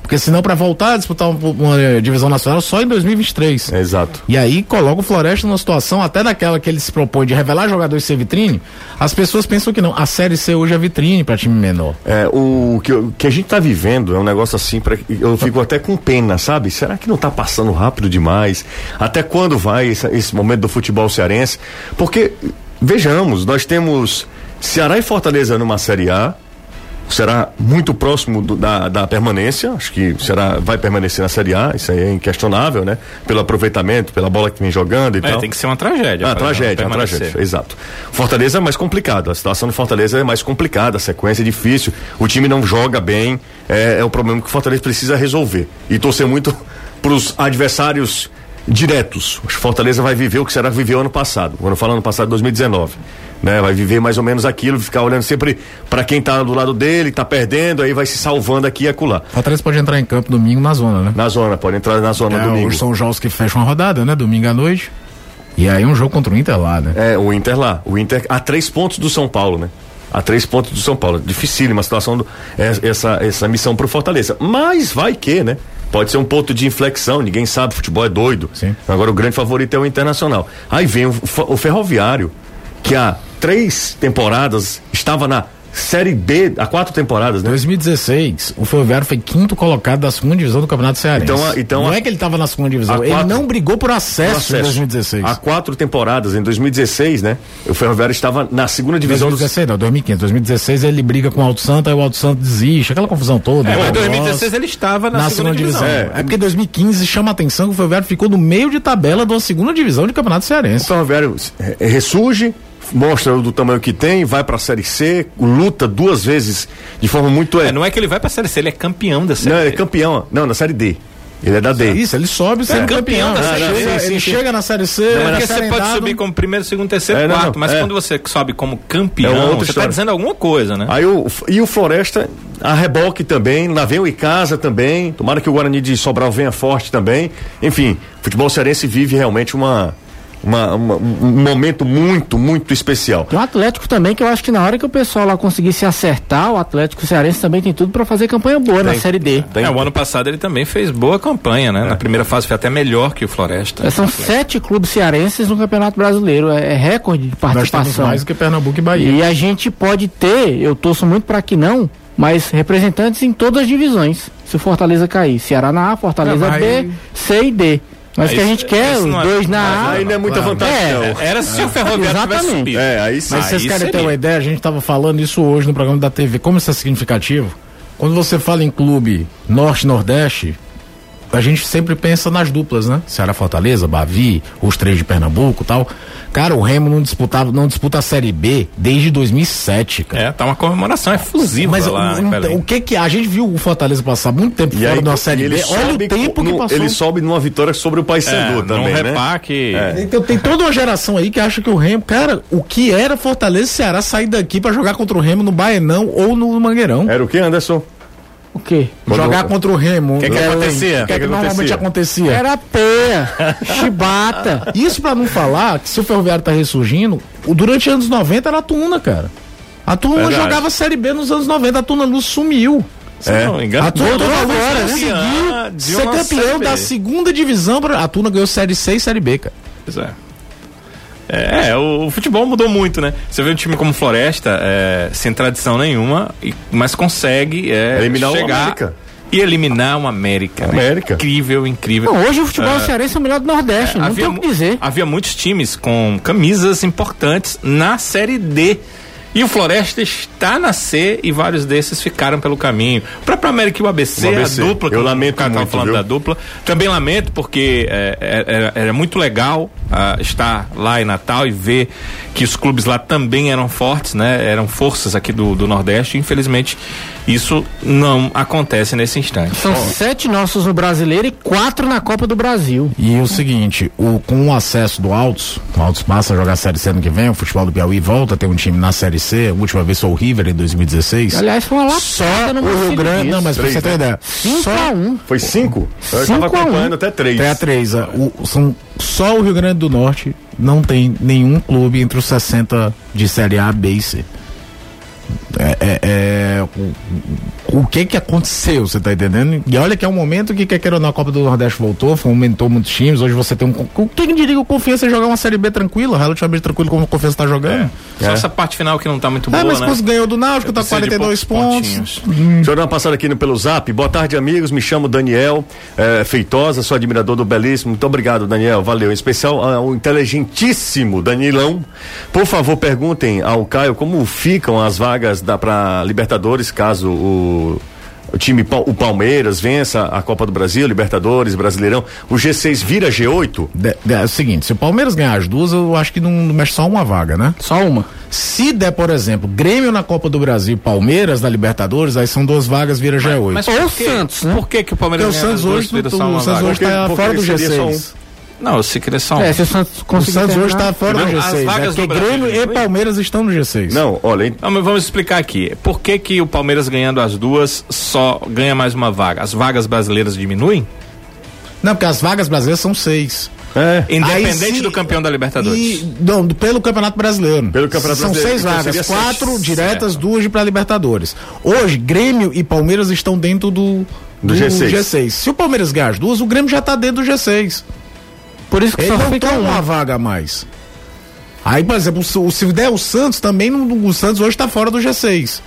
[SPEAKER 3] Porque senão pra voltar a disputar um- uma, eh, divisão nacional só em 2023.
[SPEAKER 4] Exato.
[SPEAKER 3] E aí coloca o Floresta numa situação até daquela que ele se propõe de revelar jogadores ser vitrine, as pessoas pensam que não. A série C hoje é vitrine pra time menor.
[SPEAKER 4] É, o, que, o que a gente tá vivendo é um negócio assim, pra, eu fico até com pena, sabe? Será que não tá passando rápido demais? Até quando vai esse, esse momento do futebol cearense? Porque, vejamos, nós temos Ceará e Fortaleza numa Série A, será muito próximo do- da, da permanência, acho que será, vai permanecer na Série A, isso aí é inquestionável, né? Pelo aproveitamento, pela bola que vem jogando e
[SPEAKER 6] É,
[SPEAKER 4] tal.
[SPEAKER 6] tem que ser uma tragédia.
[SPEAKER 4] Ah,
[SPEAKER 6] pra
[SPEAKER 4] tragédia, uma
[SPEAKER 6] permanecer.
[SPEAKER 4] tragédia, exato. Fortaleza é mais complicado, a situação do Fortaleza é mais complicada, a sequência é difícil, o time não joga bem, é, é um problema que o Fortaleza precisa resolver. E torcer muito <laughs> pros adversários diretos. Acho que Fortaleza vai viver o que será que viveu ano passado, quando eu falo ano passado, 2019. Né? Vai viver mais ou menos aquilo, ficar olhando sempre para quem tá do lado dele, tá perdendo, aí vai se salvando aqui e acolá.
[SPEAKER 3] O Fortaleza pode entrar em campo domingo na zona, né?
[SPEAKER 4] Na zona, pode entrar na zona
[SPEAKER 3] É,
[SPEAKER 4] domingo.
[SPEAKER 3] Hoje são os jogos que fecham a rodada, né? Domingo à noite. E aí um jogo contra o Inter lá, né?
[SPEAKER 4] É, o Inter lá. O Inter a três pontos do São Paulo, né? A três pontos do São Paulo. Dificílima a situação, do, é- essa, essa missão pro Fortaleza. Mas vai que, né? Pode ser um ponto de inflexão, ninguém sabe, futebol é doido.
[SPEAKER 3] Sim.
[SPEAKER 4] Agora o grande favorito é o Internacional. Aí vem o, Fa- o Ferroviário, que há três temporadas estava na Série B há quatro temporadas, né?
[SPEAKER 3] 2016, o Ferroviário foi quinto colocado da segunda divisão do Campeonato Cearense.
[SPEAKER 4] Então, a- então
[SPEAKER 3] não
[SPEAKER 4] a-
[SPEAKER 3] é que ele estava na segunda
[SPEAKER 4] a
[SPEAKER 3] divisão, ele
[SPEAKER 4] quatro-
[SPEAKER 3] não brigou por acesso,
[SPEAKER 4] Acesso.
[SPEAKER 3] em 2016.
[SPEAKER 4] Há quatro temporadas, em 2016, né? O Ferroviário estava na segunda divisão dos
[SPEAKER 3] 2016, não, 2015. 2016 ele briga com o Alto Santo, aí o Alto Santo desiste, aquela confusão toda.
[SPEAKER 6] É,
[SPEAKER 3] Ele
[SPEAKER 6] mas em
[SPEAKER 3] gosta.
[SPEAKER 6] 2016 ele estava na,
[SPEAKER 3] na segunda divisão.
[SPEAKER 4] divisão.
[SPEAKER 3] É. porque 2015 chama a atenção que o Ferroviário ficou no meio de tabela da segunda divisão de Campeonato
[SPEAKER 4] O
[SPEAKER 3] Cearense.
[SPEAKER 4] Ferroviário eh, ressurge, mostra do tamanho que tem, vai pra Série C, luta duas vezes de forma muito. eh,
[SPEAKER 6] É, não é que ele vai pra Série C, ele é campeão da Série
[SPEAKER 4] não, ele
[SPEAKER 6] C.
[SPEAKER 4] é campeão. Não, na Série D. Ele é da D.
[SPEAKER 3] Isso, ele sobe sendo campeão.
[SPEAKER 6] campeão da
[SPEAKER 3] Ele
[SPEAKER 4] C,
[SPEAKER 6] Série
[SPEAKER 3] chega-
[SPEAKER 4] sim,
[SPEAKER 3] ele
[SPEAKER 4] sim.
[SPEAKER 3] chega na Série C,
[SPEAKER 6] É
[SPEAKER 3] fica
[SPEAKER 6] porque você pode
[SPEAKER 3] arendado.
[SPEAKER 6] subir como primeiro, segundo, terceiro,
[SPEAKER 4] É, não,
[SPEAKER 6] quarto,
[SPEAKER 4] não,
[SPEAKER 6] mas
[SPEAKER 4] é.
[SPEAKER 6] quando você sobe como campeão,
[SPEAKER 4] É uma outra
[SPEAKER 6] você tá
[SPEAKER 4] história. Ah,
[SPEAKER 6] dizendo alguma coisa, né?
[SPEAKER 4] Aí o, e o Floresta, a reboque também, Naveu e Casa também. Tomara que o Guarani de Sobral venha forte também. Enfim, o futebol cearense vive realmente uma, uma- uma- um momento muito, muito especial.
[SPEAKER 5] Tem o Atlético também, que eu acho que na hora que o pessoal lá conseguir se acertar, o Atlético Cearense também tem tudo pra fazer campanha boa na
[SPEAKER 4] Tem.
[SPEAKER 5] Série D.
[SPEAKER 4] Tem- É.
[SPEAKER 6] É, o ano passado ele também fez boa campanha, né? Na primeira fase foi até melhor que o Floresta.
[SPEAKER 5] É, São sete clubes cearenses no Campeonato Brasileiro. É, é recorde de
[SPEAKER 3] Nós temos
[SPEAKER 5] participação.
[SPEAKER 3] mais do que Pernambuco e Bahia.
[SPEAKER 5] E a gente pode ter, eu torço muito pra que não, mas representantes em todas as divisões. Se o Fortaleza cair, Ceará na A, Fortaleza
[SPEAKER 3] É, mas
[SPEAKER 5] B,
[SPEAKER 3] aí-
[SPEAKER 5] C e D. Mas o que a
[SPEAKER 6] Isso-
[SPEAKER 5] gente quer,
[SPEAKER 6] isso
[SPEAKER 5] os
[SPEAKER 6] não é-
[SPEAKER 5] dois na A.
[SPEAKER 4] Aí não é muita
[SPEAKER 3] Claro.
[SPEAKER 4] vantagem,
[SPEAKER 5] É,
[SPEAKER 4] não.
[SPEAKER 6] Era se o Ferroviário tivesse
[SPEAKER 5] Exatamente.
[SPEAKER 6] subido.
[SPEAKER 4] É, aí sim.
[SPEAKER 3] Mas vocês
[SPEAKER 6] Aí
[SPEAKER 3] querem ter
[SPEAKER 6] seria.
[SPEAKER 3] uma ideia? A gente estava falando isso hoje no programa da TV. Como isso é significativo? Quando você fala em clube norte-nordeste, a gente sempre pensa nas duplas, né? Ceará Fortaleza, Bavi, os três de Pernambuco e tal. Cara, o Remo não disputava, não disputa a Série B desde 2007, cara.
[SPEAKER 6] É, tá uma comemoração efusiva
[SPEAKER 3] Mas
[SPEAKER 6] lá
[SPEAKER 3] o,
[SPEAKER 6] em
[SPEAKER 3] o-
[SPEAKER 6] Belém.
[SPEAKER 3] o que que a gente viu o Fortaleza passar muito tempo
[SPEAKER 4] E
[SPEAKER 3] fora
[SPEAKER 4] aí,
[SPEAKER 3] da
[SPEAKER 4] e
[SPEAKER 3] Série
[SPEAKER 4] ele
[SPEAKER 3] B? Olha o
[SPEAKER 4] sobe
[SPEAKER 3] tempo
[SPEAKER 4] no-
[SPEAKER 3] que passou.
[SPEAKER 4] Ele sobe numa vitória sobre o Paysandu
[SPEAKER 6] É,
[SPEAKER 4] também,
[SPEAKER 6] não
[SPEAKER 4] né?
[SPEAKER 6] repar que...
[SPEAKER 3] Então tem toda uma geração aí que acha que o Remo, cara, o que era Fortaleza e Ceará sair daqui pra jogar contra o Remo no Baenão ou no Mangueirão?
[SPEAKER 4] Era o que, Anderson?
[SPEAKER 5] O
[SPEAKER 4] É,
[SPEAKER 5] quê?
[SPEAKER 4] Quando-
[SPEAKER 3] jogar contra o Remo. O
[SPEAKER 6] que que acontecia?
[SPEAKER 3] O que, que normalmente
[SPEAKER 6] É.
[SPEAKER 3] acontecia?
[SPEAKER 5] Era peia,
[SPEAKER 3] <laughs>
[SPEAKER 5] chibata.
[SPEAKER 3] Isso pra não falar que se o Ferroviário tá ressurgindo, o- durante anos 90 era a Tuna, cara. A Tuna
[SPEAKER 4] Verdade.
[SPEAKER 3] jogava Série B nos anos 90, a Tuna Luz sumiu.
[SPEAKER 6] Se eu não me engano,
[SPEAKER 3] A Tuna
[SPEAKER 6] voltou
[SPEAKER 3] voltou
[SPEAKER 6] a ser
[SPEAKER 3] agora,
[SPEAKER 6] campeã de
[SPEAKER 3] né? Ser
[SPEAKER 6] uma
[SPEAKER 3] campeão
[SPEAKER 6] Série B.
[SPEAKER 3] da segunda divisão, pra... a Tuna ganhou Série C e Série B, cara.
[SPEAKER 6] Pois é. É, é, o, o futebol mudou muito, né? Você vê um time como Floresta, é, sem tradição nenhuma, e- mas consegue é,
[SPEAKER 4] Eliminar o
[SPEAKER 6] chegar
[SPEAKER 4] América.
[SPEAKER 6] e eliminar um América. né?
[SPEAKER 4] América.
[SPEAKER 6] Incrível, incrível.
[SPEAKER 5] Não, hoje o futebol cearense é o melhor do Nordeste, não tem o
[SPEAKER 6] mu-
[SPEAKER 5] que dizer.
[SPEAKER 6] havia muitos times com camisas importantes na Série D. E o Floresta está na C e vários desses ficaram pelo caminho. O próprio América e o ABC,
[SPEAKER 4] O ABC.
[SPEAKER 6] a dupla, que
[SPEAKER 4] Eu
[SPEAKER 6] o
[SPEAKER 4] lamento
[SPEAKER 6] cara tava
[SPEAKER 4] muito,
[SPEAKER 6] falando
[SPEAKER 4] viu?
[SPEAKER 6] da dupla. Também lamento porque é, é, era, era muito legal ah, estar lá em Natal e ver que os clubes lá também eram fortes, né? Eram forças aqui do, do Nordeste. Infelizmente, isso não acontece nesse instante.
[SPEAKER 5] São sete nossos no Brasileiro e quatro na Copa do Brasil.
[SPEAKER 3] E o seguinte, o, com o acesso do Altos, o Altos passa a jogar a Série C ano que vem, o futebol do Piauí volta a ter um time na Série C, a última vez foi o River em 2016.
[SPEAKER 5] Aliás, foi uma
[SPEAKER 3] Só
[SPEAKER 5] lapada no
[SPEAKER 3] o Rio
[SPEAKER 5] Brasil
[SPEAKER 3] Grande. Não, mas pra
[SPEAKER 4] Três,
[SPEAKER 3] você ter
[SPEAKER 4] né?
[SPEAKER 3] ideia.
[SPEAKER 5] Cinco a
[SPEAKER 3] só
[SPEAKER 5] um.
[SPEAKER 4] Foi cinco? Eu
[SPEAKER 5] Cinco
[SPEAKER 4] estava
[SPEAKER 5] a um.
[SPEAKER 4] acompanhando até três.
[SPEAKER 3] né? até a três. a- o- são, só o Rio Grande do Norte não tem nenhum clube entre os 60 de Série A, B e C. É, é- é, o, o que que aconteceu, você tá entendendo? E olha que é um momento que quer queira ou não, a Copa do Nordeste voltou, foi- aumentou muitos times, hoje você tem um... con- Quem diria que o Confiança ia jogar uma Série B tranquila, relativamente tranquilo como o Confiança tá jogando?
[SPEAKER 4] É.
[SPEAKER 6] Só essa parte final que não tá muito
[SPEAKER 3] Ah,
[SPEAKER 5] É,
[SPEAKER 6] boa,
[SPEAKER 3] mas
[SPEAKER 6] né?
[SPEAKER 3] quando ganhou do Náutico, tá
[SPEAKER 6] Precisa de
[SPEAKER 3] 42
[SPEAKER 6] poucos
[SPEAKER 3] pontos.
[SPEAKER 6] pontinhos.
[SPEAKER 3] Hum.
[SPEAKER 4] Deixa eu dar uma passada aqui no, pelo zap. Boa tarde, amigos. Me chamo Daniel eh, Feitosa, sou admirador do Belíssimo. Muito obrigado, Daniel. Valeu. Em especial ao inteligentíssimo Danilão. Por favor, perguntem ao Caio como ficam as vagas para Libertadores, caso o. o time, Pal- o Palmeiras vença a Copa do Brasil, Libertadores, Brasileirão. O G6 vira G8?
[SPEAKER 3] De- de- é o seguinte, se o Palmeiras ganhar as duas, eu acho que não, não mexe só uma vaga, né?
[SPEAKER 5] Só uma.
[SPEAKER 3] Se der, por exemplo, Grêmio na Copa do Brasil, e Palmeiras na Libertadores, aí são duas vagas, vira G8.
[SPEAKER 6] Mas
[SPEAKER 5] Ou
[SPEAKER 6] por
[SPEAKER 5] o
[SPEAKER 6] quê?
[SPEAKER 5] Santos, né?
[SPEAKER 6] Por que, que
[SPEAKER 3] Porque
[SPEAKER 6] o Palmeiras
[SPEAKER 3] o
[SPEAKER 6] ganha
[SPEAKER 3] Santos
[SPEAKER 6] as duas
[SPEAKER 3] hoje,
[SPEAKER 6] seguidas,
[SPEAKER 3] tu-
[SPEAKER 6] só uma
[SPEAKER 3] o Santos
[SPEAKER 6] vaga?
[SPEAKER 3] hoje tá
[SPEAKER 4] Porque- porque
[SPEAKER 3] fora do
[SPEAKER 4] seria só um.
[SPEAKER 3] G6.
[SPEAKER 6] Não, eu sei que eles são.
[SPEAKER 5] É, se o Santos
[SPEAKER 3] O
[SPEAKER 5] conseguir
[SPEAKER 3] Santos hoje
[SPEAKER 5] terminar-
[SPEAKER 3] tá fora do
[SPEAKER 6] Não, as
[SPEAKER 3] G6. É
[SPEAKER 6] vagas
[SPEAKER 3] porque
[SPEAKER 6] do Brasil
[SPEAKER 3] Grêmio e
[SPEAKER 6] diminuem?
[SPEAKER 3] Palmeiras estão no G6.
[SPEAKER 4] Não, olha,
[SPEAKER 6] Ah, mas vamos explicar aqui. Por que, que o Palmeiras ganhando as duas só ganha mais uma vaga? As vagas brasileiras diminuem?
[SPEAKER 3] Não, porque as vagas brasileiras são seis.
[SPEAKER 4] é,
[SPEAKER 6] Independente
[SPEAKER 3] Aí se-
[SPEAKER 6] do campeão da Libertadores.
[SPEAKER 3] E, não, pelo Campeonato Brasileiro.
[SPEAKER 4] Pelo Campeonato
[SPEAKER 3] São
[SPEAKER 4] Brasileiro,
[SPEAKER 3] seis
[SPEAKER 4] então
[SPEAKER 3] vagas,
[SPEAKER 4] seria seis.
[SPEAKER 3] quatro diretas, duas de pra Libertadores. Hoje, Grêmio e Palmeiras estão dentro do,
[SPEAKER 4] Do G6.
[SPEAKER 3] Se o Palmeiras ganhar as duas, o Grêmio já tá dentro do G6.
[SPEAKER 5] Por isso que
[SPEAKER 3] Ele
[SPEAKER 5] só
[SPEAKER 3] não tá
[SPEAKER 5] fica
[SPEAKER 3] toma
[SPEAKER 5] um.
[SPEAKER 3] uma vaga a mais. Aí, por exemplo, o- se der o Santos, também não- o Santos hoje tá fora do G6.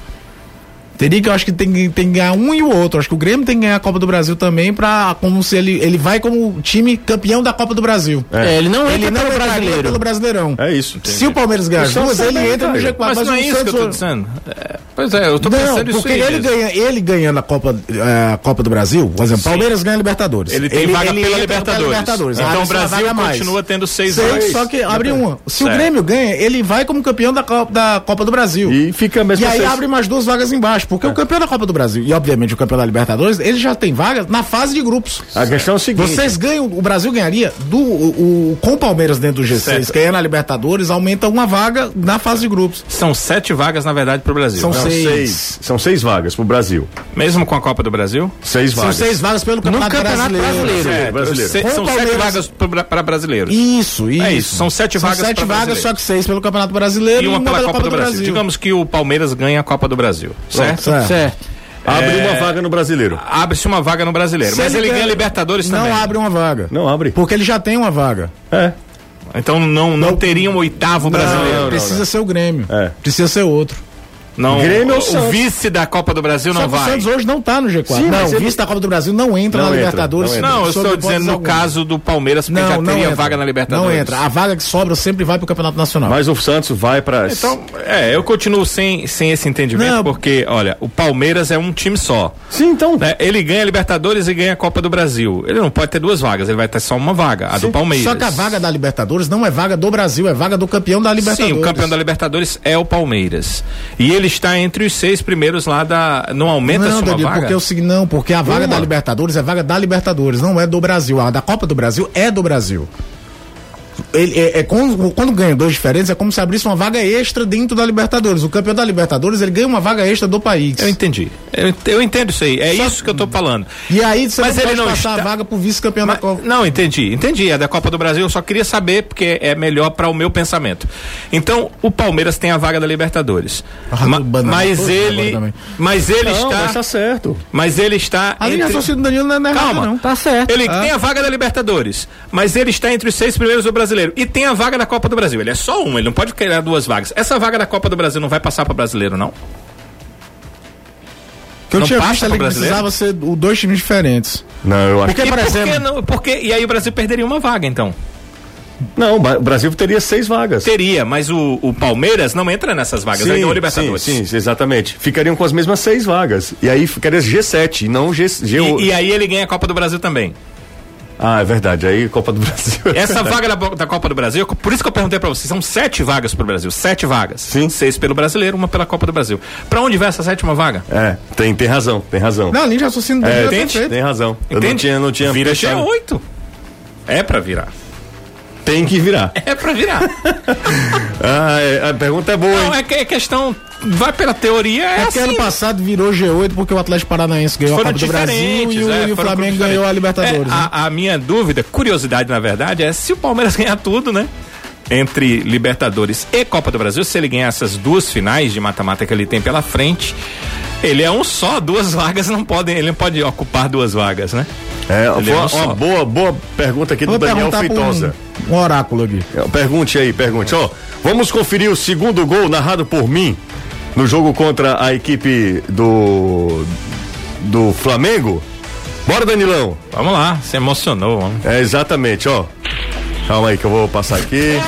[SPEAKER 3] Teria que, eu acho que tem, que- tem que ganhar um e o outro. Acho que o Grêmio tem que ganhar a Copa do Brasil também, pra, como se ele, ele vai como time campeão da Copa do Brasil.
[SPEAKER 5] É, ele não
[SPEAKER 3] Ele
[SPEAKER 5] entra
[SPEAKER 3] não
[SPEAKER 5] pelo
[SPEAKER 3] entraria
[SPEAKER 5] brasileiro.
[SPEAKER 3] pelo Brasileirão.
[SPEAKER 4] É isso. entendi.
[SPEAKER 3] Se o Palmeiras ganhar as
[SPEAKER 4] O Santos
[SPEAKER 3] duas, ele
[SPEAKER 4] também
[SPEAKER 3] entra no
[SPEAKER 4] entra.
[SPEAKER 3] G4.
[SPEAKER 6] Mas, não é
[SPEAKER 3] o
[SPEAKER 6] isso que eu tô
[SPEAKER 3] Santos-
[SPEAKER 6] dizendo. É, pois é, eu tô
[SPEAKER 3] não,
[SPEAKER 6] pensando isso
[SPEAKER 3] porque
[SPEAKER 6] aí
[SPEAKER 3] ele,
[SPEAKER 6] mesmo.
[SPEAKER 3] ganha, ele ganhando a Copa, eh, a Copa do Brasil, por exemplo, Palmeiras ganha a Libertadores.
[SPEAKER 6] Ele tem vaga
[SPEAKER 3] ele
[SPEAKER 6] pela
[SPEAKER 3] entra Ah,
[SPEAKER 6] Libertadores.
[SPEAKER 3] abre
[SPEAKER 6] Então o
[SPEAKER 3] sua
[SPEAKER 6] Brasil
[SPEAKER 3] é vaga a mais.
[SPEAKER 6] continua tendo seis
[SPEAKER 3] Sei,
[SPEAKER 6] vagas.
[SPEAKER 3] Só que abre uma. Se
[SPEAKER 6] Certo.
[SPEAKER 3] o Grêmio ganha, ele vai como campeão da Copa, da Copa do Brasil.
[SPEAKER 4] E fica
[SPEAKER 3] E
[SPEAKER 4] mesmo
[SPEAKER 3] aí
[SPEAKER 6] assim-
[SPEAKER 4] seis.
[SPEAKER 3] abre mais duas vagas embaixo, porque
[SPEAKER 6] É.
[SPEAKER 3] o campeão da Copa do Brasil e obviamente o campeão da Libertadores, ele já tem vaga na fase de grupos.
[SPEAKER 4] A questão é o seguinte.
[SPEAKER 3] Vocês ganham, o Brasil ganharia do o, o- com o Palmeiras dentro do G6,
[SPEAKER 6] Certo.
[SPEAKER 3] ganhando a Libertadores, aumenta uma vaga na fase de grupos.
[SPEAKER 6] São sete vagas, na verdade, pro Brasil.
[SPEAKER 3] São
[SPEAKER 4] São
[SPEAKER 3] seis.
[SPEAKER 4] seis. São seis vagas pro Brasil.
[SPEAKER 6] Mesmo com a Copa do Brasil?
[SPEAKER 4] Seis
[SPEAKER 3] São
[SPEAKER 4] vagas.
[SPEAKER 3] seis vagas pelo
[SPEAKER 5] No
[SPEAKER 3] Campeonato,
[SPEAKER 5] Campeonato
[SPEAKER 3] Ah, Brasileiro.
[SPEAKER 5] Brasileiro.
[SPEAKER 4] É, brasileiro.
[SPEAKER 6] Se-
[SPEAKER 3] Com
[SPEAKER 6] são
[SPEAKER 3] o
[SPEAKER 6] sete
[SPEAKER 3] Palmeiras-
[SPEAKER 6] vagas pro bra- pra brasileiros.
[SPEAKER 3] Isso, isso.
[SPEAKER 6] É isso, são sete vagas
[SPEAKER 3] sete
[SPEAKER 6] pra
[SPEAKER 3] vagas,
[SPEAKER 6] brasileiro.
[SPEAKER 3] só que seis pelo Campeonato Brasileiro
[SPEAKER 6] E uma pela Copa, do, Brasil. Digamos que o Palmeiras ganha a Copa do Brasil, certo?
[SPEAKER 3] certo.
[SPEAKER 5] Certo.
[SPEAKER 4] Abre
[SPEAKER 6] É.
[SPEAKER 4] uma vaga no brasileiro.
[SPEAKER 6] Abre-se uma vaga no Brasileiro,
[SPEAKER 3] Se
[SPEAKER 6] mas ele ganha
[SPEAKER 3] ganha-
[SPEAKER 6] Libertadores
[SPEAKER 3] Não
[SPEAKER 6] também.
[SPEAKER 3] abre uma vaga.
[SPEAKER 4] Não abre.
[SPEAKER 3] Porque ele já tem uma vaga.
[SPEAKER 4] É.
[SPEAKER 6] Então não, não teria um oitavo brasileiro.
[SPEAKER 4] não,
[SPEAKER 3] Precisa
[SPEAKER 4] não.
[SPEAKER 3] ser o Grêmio.
[SPEAKER 4] É.
[SPEAKER 3] Precisa ser outro.
[SPEAKER 6] Não,
[SPEAKER 4] Grêmio
[SPEAKER 6] o,
[SPEAKER 4] ou Santos?
[SPEAKER 6] o vice da Copa do Brasil
[SPEAKER 3] Só
[SPEAKER 6] não
[SPEAKER 3] que o
[SPEAKER 6] vai.
[SPEAKER 3] Santos hoje não tá no G4.
[SPEAKER 4] Sim,
[SPEAKER 3] não,
[SPEAKER 4] mas
[SPEAKER 3] o
[SPEAKER 4] ele-
[SPEAKER 3] vice da Copa do Brasil não entra
[SPEAKER 4] Não
[SPEAKER 3] na
[SPEAKER 4] entra,
[SPEAKER 3] Libertadores.
[SPEAKER 4] não entra.
[SPEAKER 6] Não, eu
[SPEAKER 3] sob
[SPEAKER 6] estou dizendo
[SPEAKER 3] hipótese
[SPEAKER 6] no
[SPEAKER 3] alguma.
[SPEAKER 6] caso do Palmeiras, porque já
[SPEAKER 3] Não, não
[SPEAKER 6] teria
[SPEAKER 3] entra.
[SPEAKER 6] vaga na Libertadores.
[SPEAKER 3] Não entra. A vaga que sobra sempre vai pro Campeonato Nacional.
[SPEAKER 4] Mas o Santos vai pra.
[SPEAKER 6] Então, é, eu continuo sem, sem esse entendimento,
[SPEAKER 3] Não.
[SPEAKER 6] porque, olha, o Palmeiras é um time só.
[SPEAKER 4] Sim, então.
[SPEAKER 6] né? Ele ganha a Libertadores e ganha a Copa do Brasil. Ele não pode ter duas vagas, ele vai ter só uma vaga, a do Palmeiras.
[SPEAKER 3] Só que a vaga da Libertadores não é vaga do Brasil, é vaga do campeão da
[SPEAKER 6] Sim,
[SPEAKER 3] Libertadores.
[SPEAKER 6] o campeão da Libertadores é o Palmeiras. E ele está entre os seis primeiros lá da. Não aumenta-se
[SPEAKER 3] Não,
[SPEAKER 6] uma
[SPEAKER 3] Danilo,
[SPEAKER 6] vaga?
[SPEAKER 3] porque eu segui, não, porque a vaga
[SPEAKER 4] Uma.
[SPEAKER 3] da Libertadores é vaga da Libertadores, não é do Brasil. A da Copa do Brasil é do Brasil. Ele, é, é quando, quando ganha dois diferentes, é como se abrisse uma vaga extra dentro da Libertadores. O campeão da Libertadores, ele ganha uma vaga extra do país.
[SPEAKER 6] Eu entendi. Eu, ent- eu entendo isso aí. É isso que eu tô falando.
[SPEAKER 3] E aí você
[SPEAKER 6] Mas
[SPEAKER 3] não
[SPEAKER 6] ele
[SPEAKER 3] pode
[SPEAKER 6] não
[SPEAKER 3] passar
[SPEAKER 6] está-
[SPEAKER 3] a vaga pro vice-campeão da
[SPEAKER 6] Mas-
[SPEAKER 3] Copa.
[SPEAKER 6] não, entendi. Entendi. É da Copa do Brasil. Eu só queria saber, porque é melhor para o meu pensamento. Então, o Palmeiras tem a vaga da Libertadores.
[SPEAKER 3] Ah,
[SPEAKER 6] Ma-
[SPEAKER 3] do Banana
[SPEAKER 6] mas,
[SPEAKER 3] todo agora
[SPEAKER 6] ele,
[SPEAKER 3] também.
[SPEAKER 6] mas ele.
[SPEAKER 4] Não,
[SPEAKER 6] está.
[SPEAKER 4] mas tá certo.
[SPEAKER 6] Mas ele está.
[SPEAKER 3] A linha
[SPEAKER 6] entre-
[SPEAKER 3] raciocínio do Danilo não é errada,
[SPEAKER 6] Calma.
[SPEAKER 3] não.
[SPEAKER 5] Tá certo.
[SPEAKER 6] Ele tem a vaga da Libertadores, mas ele está entre os seis primeiros do brasileiro. E tem a vaga da Copa do Brasil. Ele é só um, ele não pode criar duas vagas. Essa vaga da Copa do Brasil não vai passar para brasileiro, não?
[SPEAKER 3] Que eu
[SPEAKER 6] Não
[SPEAKER 3] tinha
[SPEAKER 6] passa
[SPEAKER 3] visto
[SPEAKER 6] pro
[SPEAKER 3] ali que
[SPEAKER 6] brasileiro?
[SPEAKER 3] precisava ser o- dois times diferentes.
[SPEAKER 4] Não, eu acho.
[SPEAKER 3] Porque,
[SPEAKER 6] e
[SPEAKER 3] por exemplo,
[SPEAKER 6] que não? Porque, e aí o Brasil perderia uma vaga, então.
[SPEAKER 4] Não, o Brasil teria seis vagas.
[SPEAKER 6] Teria, mas o, o Palmeiras não entra nessas vagas, ele ganhou o Libertadores.
[SPEAKER 4] Sim, sim, exatamente. Ficariam com as mesmas seis vagas. E aí ficaria G7 e não G, G8.
[SPEAKER 6] E, e aí ele ganha a Copa do Brasil também.
[SPEAKER 4] Ah, é verdade. Aí Copa do Brasil.
[SPEAKER 6] Essa vaga da, da Copa do Brasil, por isso que eu perguntei pra vocês, são sete vagas pro Brasil, sete vagas.
[SPEAKER 4] Sim.
[SPEAKER 6] Seis pelo brasileiro, uma pela Copa do Brasil. Pra onde vai essa sétima vaga?
[SPEAKER 4] <laughs> É, tem, tem razão, tem razão.
[SPEAKER 3] não, a linha de raciocínio do
[SPEAKER 4] é,
[SPEAKER 3] Danilo é
[SPEAKER 4] tem,
[SPEAKER 3] perfeita.
[SPEAKER 4] tem razão. Eu não
[SPEAKER 6] Entende?
[SPEAKER 4] tinha, não tinha
[SPEAKER 6] Vira
[SPEAKER 4] pensado.
[SPEAKER 6] G8. É pra virar.
[SPEAKER 4] Tem que
[SPEAKER 6] <laughs>
[SPEAKER 4] virar.
[SPEAKER 6] É pra virar.
[SPEAKER 4] Ah, é, a pergunta é boa,
[SPEAKER 6] Não,
[SPEAKER 4] hein?
[SPEAKER 6] é que é questão. Vai pela teoria, é,
[SPEAKER 3] É porque
[SPEAKER 6] assim.
[SPEAKER 3] ano passado virou G8 porque o Atlético Paranaense ganhou a
[SPEAKER 6] Foram
[SPEAKER 3] Copa do Brasil
[SPEAKER 6] diferentes.
[SPEAKER 3] e o,
[SPEAKER 6] é,
[SPEAKER 3] e o
[SPEAKER 6] foram
[SPEAKER 3] Flamengo
[SPEAKER 6] grupos
[SPEAKER 3] ganhou a
[SPEAKER 6] diferentes.
[SPEAKER 3] Libertadores.
[SPEAKER 6] É,
[SPEAKER 3] né?
[SPEAKER 6] a, a minha dúvida, curiosidade na verdade, é se o Palmeiras <laughs> ganhar tudo, né? Entre Libertadores e Copa do Brasil, se ele ganhar essas duas finais de mata-mata que ele tem pela frente, ele é um só, duas vagas não podem, ele não pode ocupar duas vagas, né?
[SPEAKER 4] É,
[SPEAKER 6] Ele é
[SPEAKER 4] uma,
[SPEAKER 6] um só.
[SPEAKER 4] uma boa, boa pergunta aqui do
[SPEAKER 3] Vou
[SPEAKER 4] Daniel
[SPEAKER 3] perguntar pra
[SPEAKER 4] Feitosa.
[SPEAKER 3] um, um oráculo aqui.
[SPEAKER 4] É, Pergunte aí, pergunte. Ó, vamos conferir o segundo gol narrado por mim no jogo contra a equipe do do Flamengo. Bora, Danilão.
[SPEAKER 6] Vamos lá, se emocionou. Vamos.
[SPEAKER 4] É exatamente, ó. Calma aí que eu vou passar aqui.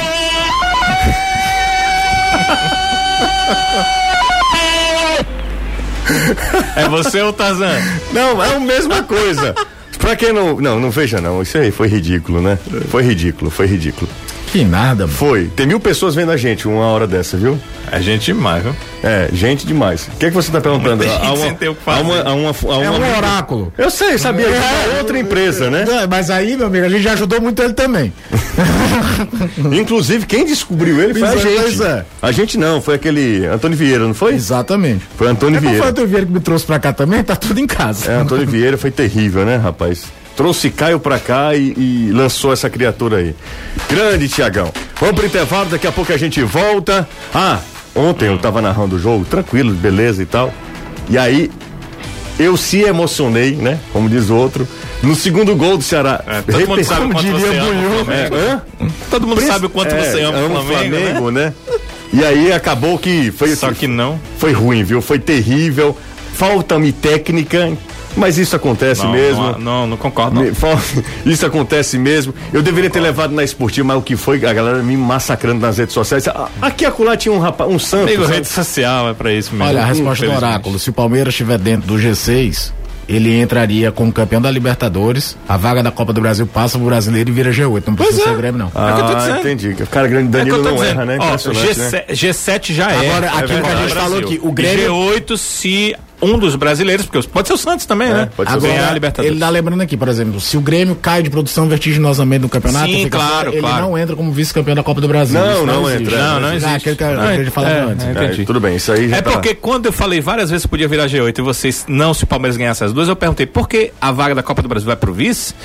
[SPEAKER 6] É você ou Tarzan?
[SPEAKER 4] Não, é a mesma coisa. Pra quem não. Não, não veja não. Isso aí foi ridículo, né? Foi ridículo, foi ridículo.
[SPEAKER 3] Que nada, mano.
[SPEAKER 4] Foi. Tem mil pessoas vendo a gente uma hora dessa, viu?
[SPEAKER 6] A gente demais, viu?
[SPEAKER 4] É, gente demais. O que, é que você tá perguntando?
[SPEAKER 6] Muita gente
[SPEAKER 4] Há
[SPEAKER 6] sem ter o que fazer.
[SPEAKER 4] há uma, há uma, há
[SPEAKER 3] É
[SPEAKER 4] uma-
[SPEAKER 3] um oráculo.
[SPEAKER 4] Eu sei, sabia. que é uma outra empresa, né?
[SPEAKER 3] Não, Mas aí, meu amigo, a gente já ajudou muito ele também.
[SPEAKER 4] Inclusive, quem descobriu ele foi a
[SPEAKER 3] Pois é,
[SPEAKER 4] gente.
[SPEAKER 3] pois é.
[SPEAKER 4] A gente não, foi aquele Antônio Vieira, não foi?
[SPEAKER 3] Exatamente.
[SPEAKER 4] Foi Antônio
[SPEAKER 3] É como foi o
[SPEAKER 4] Vieira.
[SPEAKER 3] Antônio Vieira que me trouxe pra cá também, tá tudo em casa.
[SPEAKER 4] É, Antônio Vieira foi terrível, né, rapaz? Trouxe Caio pra cá e, e lançou essa criatura aí. Grande, Tiagão. Vamos pro intervalo, daqui a pouco a gente volta. Ah, ontem eu tava narrando o jogo, tranquilo, beleza e tal. E aí, eu se emocionei, né? Como diz o outro, No segundo gol do Ceará.
[SPEAKER 6] É, todo mundo
[SPEAKER 4] <laughs>
[SPEAKER 6] sabe
[SPEAKER 4] como
[SPEAKER 6] quanto
[SPEAKER 4] diria
[SPEAKER 6] você ama o
[SPEAKER 4] Bunhão.
[SPEAKER 6] Flamengo.
[SPEAKER 4] É, hã?
[SPEAKER 6] Todo mundo sabe o quanto
[SPEAKER 4] É,
[SPEAKER 6] você ama o Flamengo, né?
[SPEAKER 4] né? E aí acabou que foi assim,
[SPEAKER 6] Só que não.
[SPEAKER 4] foi ruim, viu? Foi terrível. Falta-me técnica, mas isso acontece
[SPEAKER 6] Não,
[SPEAKER 4] mesmo.
[SPEAKER 6] Não, não, não concordo. não.
[SPEAKER 4] Me- fal- <laughs> Isso acontece mesmo. Eu deveria ter levado na esportiva, mas o que foi? A galera me massacrando nas redes sociais. A- Aqui acolá tinha um rapaz, um santo.
[SPEAKER 6] Amigo,
[SPEAKER 4] sabe?
[SPEAKER 6] rede social é pra isso mesmo.
[SPEAKER 3] Olha, a resposta do
[SPEAKER 6] Infelizmente.
[SPEAKER 3] Oráculo: se o Palmeiras estiver dentro do G6, ele entraria como campeão da Libertadores, a vaga da Copa do Brasil passa pro brasileiro e vira G8. Não precisa
[SPEAKER 6] Pois é.
[SPEAKER 3] ser Grêmio, não.
[SPEAKER 4] Ah,
[SPEAKER 6] É o que eu tô dizendo.
[SPEAKER 4] entendi. O cara grande
[SPEAKER 6] É que
[SPEAKER 4] Danilo
[SPEAKER 6] eu tô
[SPEAKER 4] não
[SPEAKER 6] dizendo.
[SPEAKER 4] erra, né?
[SPEAKER 6] Ó,
[SPEAKER 4] Impressionante, né?
[SPEAKER 6] G7, G7 já é.
[SPEAKER 3] Agora,
[SPEAKER 6] é
[SPEAKER 3] aquilo que a
[SPEAKER 6] verdade.
[SPEAKER 3] gente falou aqui, o
[SPEAKER 6] E
[SPEAKER 3] Grêmio-
[SPEAKER 6] G8 se um dos brasileiros, porque pode ser o Santos também, né?
[SPEAKER 4] pode ser o
[SPEAKER 6] Agora,
[SPEAKER 4] Santos.
[SPEAKER 6] ganhar a Libertadores.
[SPEAKER 3] Ele tá lembrando aqui, por exemplo, se o Grêmio cai de produção vertiginosamente no campeonato,
[SPEAKER 6] Sim,
[SPEAKER 3] fica fora,
[SPEAKER 6] claro,
[SPEAKER 3] ele
[SPEAKER 6] claro.
[SPEAKER 3] não entra como vice-campeão da Copa do Brasil.
[SPEAKER 4] Não,
[SPEAKER 3] Isso
[SPEAKER 4] não
[SPEAKER 3] existe.
[SPEAKER 4] entra.
[SPEAKER 6] Não, não
[SPEAKER 3] Ah,
[SPEAKER 6] existe.
[SPEAKER 3] aquele que eu
[SPEAKER 6] Não,
[SPEAKER 3] acabei de falar
[SPEAKER 6] é,
[SPEAKER 3] antes.
[SPEAKER 6] é.
[SPEAKER 4] É,
[SPEAKER 6] Entendi.
[SPEAKER 4] tudo bem, isso aí já
[SPEAKER 6] É
[SPEAKER 4] tá-
[SPEAKER 6] porque quando eu falei várias vezes que podia virar G8 e vocês, não, se o Palmeiras ganhasse as duas, eu perguntei por que a vaga da Copa do Brasil vai pro vice?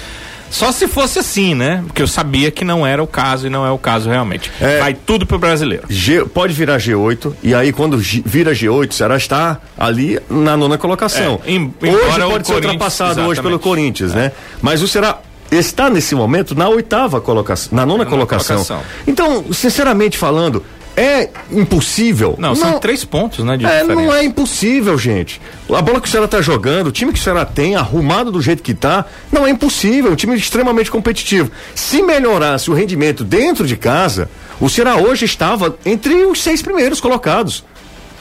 [SPEAKER 6] Só se fosse assim, né? Porque eu sabia que não era o caso e não é o caso realmente.
[SPEAKER 4] É.
[SPEAKER 6] Vai tudo pro brasileiro.
[SPEAKER 4] G- pode virar G8, e aí quando G- vira G8, o Ceará está ali na nona colocação.
[SPEAKER 6] É, em-
[SPEAKER 4] hoje
[SPEAKER 6] embora o
[SPEAKER 4] pode ser
[SPEAKER 6] Corinthians-
[SPEAKER 4] ultrapassado hoje
[SPEAKER 6] exatamente. É.
[SPEAKER 4] pelo Corinthians, né? Mas o Ceará está nesse momento na oitava colocação, na nona
[SPEAKER 6] Na
[SPEAKER 4] colocação.
[SPEAKER 6] colocação.
[SPEAKER 4] Então, sinceramente falando, é impossível.
[SPEAKER 6] Não, são três pontos, né? De
[SPEAKER 4] É,
[SPEAKER 6] diferença.
[SPEAKER 4] não é impossível, gente. A bola que o Ceará tá jogando, o time que o Ceará tem, arrumado do jeito que tá, não é impossível. É um time extremamente competitivo. Se melhorasse o rendimento dentro de casa, o Ceará hoje estava entre os seis primeiros colocados.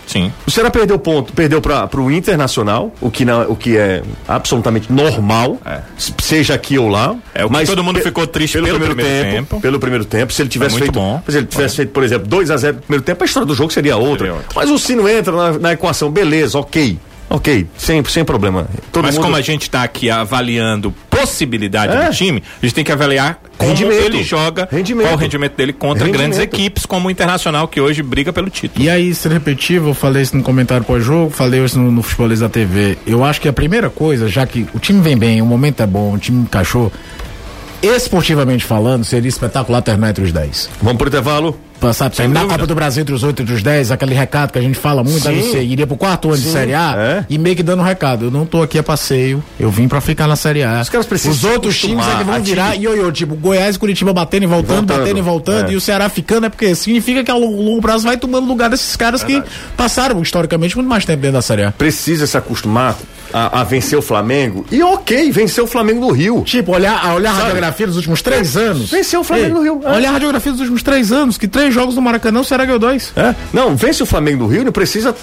[SPEAKER 6] Sim.
[SPEAKER 4] O Ceará perdeu ponto, perdeu para o Internacional, o que, não- o que é absolutamente normal,
[SPEAKER 6] É.
[SPEAKER 4] s- seja aqui ou lá.
[SPEAKER 6] É, o que todo mundo ficou triste pelo primeiro tempo.
[SPEAKER 4] Pelo primeiro tempo, se ele tivesse
[SPEAKER 6] muito
[SPEAKER 4] feito,
[SPEAKER 6] bom.
[SPEAKER 4] se ele tivesse feito, por exemplo, 2 a 0 no primeiro tempo, a história do jogo seria outra.
[SPEAKER 6] Seria outra.
[SPEAKER 4] Mas o sino entra na, na equação, beleza, ok. Ok, sem, sem problema. Todo
[SPEAKER 6] Mas
[SPEAKER 4] mundo-
[SPEAKER 6] como a gente tá aqui avaliando possibilidade
[SPEAKER 4] É.
[SPEAKER 6] do time, a gente tem que avaliar como
[SPEAKER 4] Rendimento.
[SPEAKER 6] ele joga,
[SPEAKER 4] Rendimento.
[SPEAKER 6] qual o rendimento dele contra
[SPEAKER 4] Rendimento.
[SPEAKER 6] grandes equipes, como o Internacional, que hoje briga pelo título.
[SPEAKER 3] E aí, se repetitivo, eu falei isso no comentário pós-jogo, falei isso no, no Futebolista da TV. Eu acho que a primeira coisa, já que o time vem bem, o momento é bom, o time encaixou, esportivamente falando, seria espetacular terminar entre os 10.
[SPEAKER 4] Vamos pro intervalo?
[SPEAKER 3] Passar pra na
[SPEAKER 6] dúvida.
[SPEAKER 3] Copa do Brasil entre os 8 e entre os 10, aquele recado que a gente fala muito,
[SPEAKER 4] Sim.
[SPEAKER 3] deve ser, iria pro quarto ano de Série A
[SPEAKER 4] é.
[SPEAKER 3] e meio que dando um recado. Eu não tô aqui a passeio, eu vim pra ficar na Série A.
[SPEAKER 4] Os caras precisam
[SPEAKER 3] Os
[SPEAKER 4] se
[SPEAKER 3] outros
[SPEAKER 4] acostumar,
[SPEAKER 3] times é que vão
[SPEAKER 4] ativo.
[SPEAKER 3] virar ioiô, tipo, Goiás e Curitiba batendo e voltando,
[SPEAKER 4] Voltando,
[SPEAKER 3] batendo e voltando,
[SPEAKER 4] é.
[SPEAKER 3] e o Ceará ficando, é porque significa que ao longo longo prazo vai tomando lugar desses caras que passaram historicamente muito mais tempo dentro da Série A.
[SPEAKER 4] Precisa se acostumar a, a vencer o Flamengo. E ok, vencer o Flamengo do Rio.
[SPEAKER 3] Tipo, olhar, a olhar a radiografia dos últimos três anos.
[SPEAKER 4] É. Venceu o Flamengo
[SPEAKER 3] Ei,
[SPEAKER 4] no Rio. É.
[SPEAKER 3] Olhar a radiografia dos últimos três anos, que três jogos no Maracanã, o Ceará ganhou dois.
[SPEAKER 4] É? Não, vence o Flamengo do Rio, não precisa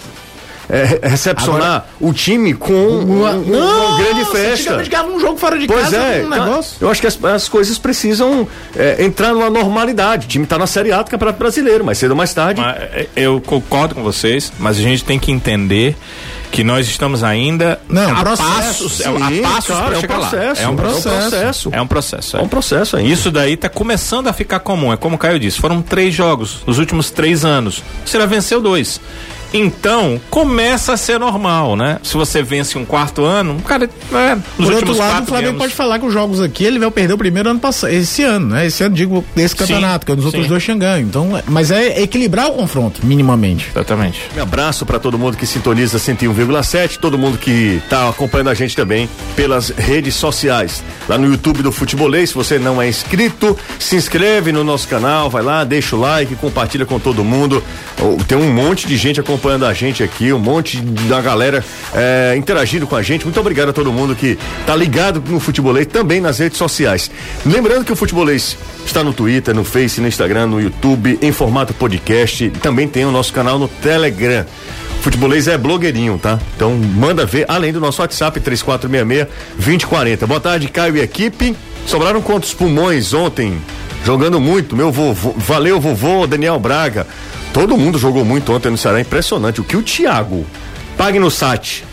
[SPEAKER 4] é, re- recepcionar o time com um- um- uma grande festa.
[SPEAKER 3] Antigamente ganhava um jogo fora de
[SPEAKER 4] Pois
[SPEAKER 3] casa,
[SPEAKER 4] é,
[SPEAKER 3] um
[SPEAKER 4] cara,
[SPEAKER 3] negócio.
[SPEAKER 4] eu acho que as, as coisas precisam é, entrar numa normalidade. O time tá na Série A do Campeonato Brasileiro, mais cedo ou mais tarde.
[SPEAKER 6] Mas, é, Eu concordo com vocês, mas a gente tem que entender que nós estamos ainda
[SPEAKER 3] Não,
[SPEAKER 6] a
[SPEAKER 3] processo,
[SPEAKER 6] passos, é,
[SPEAKER 4] Sim,
[SPEAKER 6] a passos
[SPEAKER 4] cara,
[SPEAKER 6] pra
[SPEAKER 4] é, um
[SPEAKER 6] chegar lá.
[SPEAKER 4] processo,
[SPEAKER 6] É um processo.
[SPEAKER 4] É um processo.
[SPEAKER 6] É um processo.
[SPEAKER 4] É um processo ainda.
[SPEAKER 6] Isso daí tá começando a ficar comum. É como o Caio disse, foram três jogos nos últimos três anos. Você já venceu dois. Então, começa a ser normal, né? Se você vence um quarto ano, cara, é, nos
[SPEAKER 3] Por outro
[SPEAKER 6] últimos
[SPEAKER 3] lado,
[SPEAKER 6] quatro
[SPEAKER 3] o Flamengo
[SPEAKER 6] ganhamos.
[SPEAKER 3] pode falar que os jogos aqui ele vai perder o primeiro ano passado, esse ano, né? Esse ano, digo, desse campeonato, que nos outros
[SPEAKER 6] sim.
[SPEAKER 3] dois tinha ganho. Então, é- mas é equilibrar o confronto, minimamente.
[SPEAKER 6] Exatamente.
[SPEAKER 4] Um abraço para todo mundo que sintoniza 101,7, todo mundo que tá acompanhando a gente também pelas redes sociais. Lá no YouTube do Futebolês, se você não é inscrito, se inscreve no nosso canal, vai lá, deixa o like, compartilha com todo mundo. Oh, Tem um monte de gente acompanhando a gente aqui, um monte da galera eh, interagindo com a gente. Muito obrigado a todo mundo que tá ligado no Futebolês, também nas redes sociais. Lembrando que o Futebolês está no Twitter, no Face, no Instagram, no YouTube, em formato podcast. Também tem o nosso canal no Telegram. Futebolês é blogueirinho, tá? Então manda ver, além do nosso WhatsApp, 3466-2040. Boa tarde, Caio e equipe. Sobraram quantos pulmões ontem? Jogando muito, meu vovô. Valeu, vovô, Daniel Braga. Todo mundo jogou muito ontem no Ceará, impressionante. O que o Thiago pague no SAT,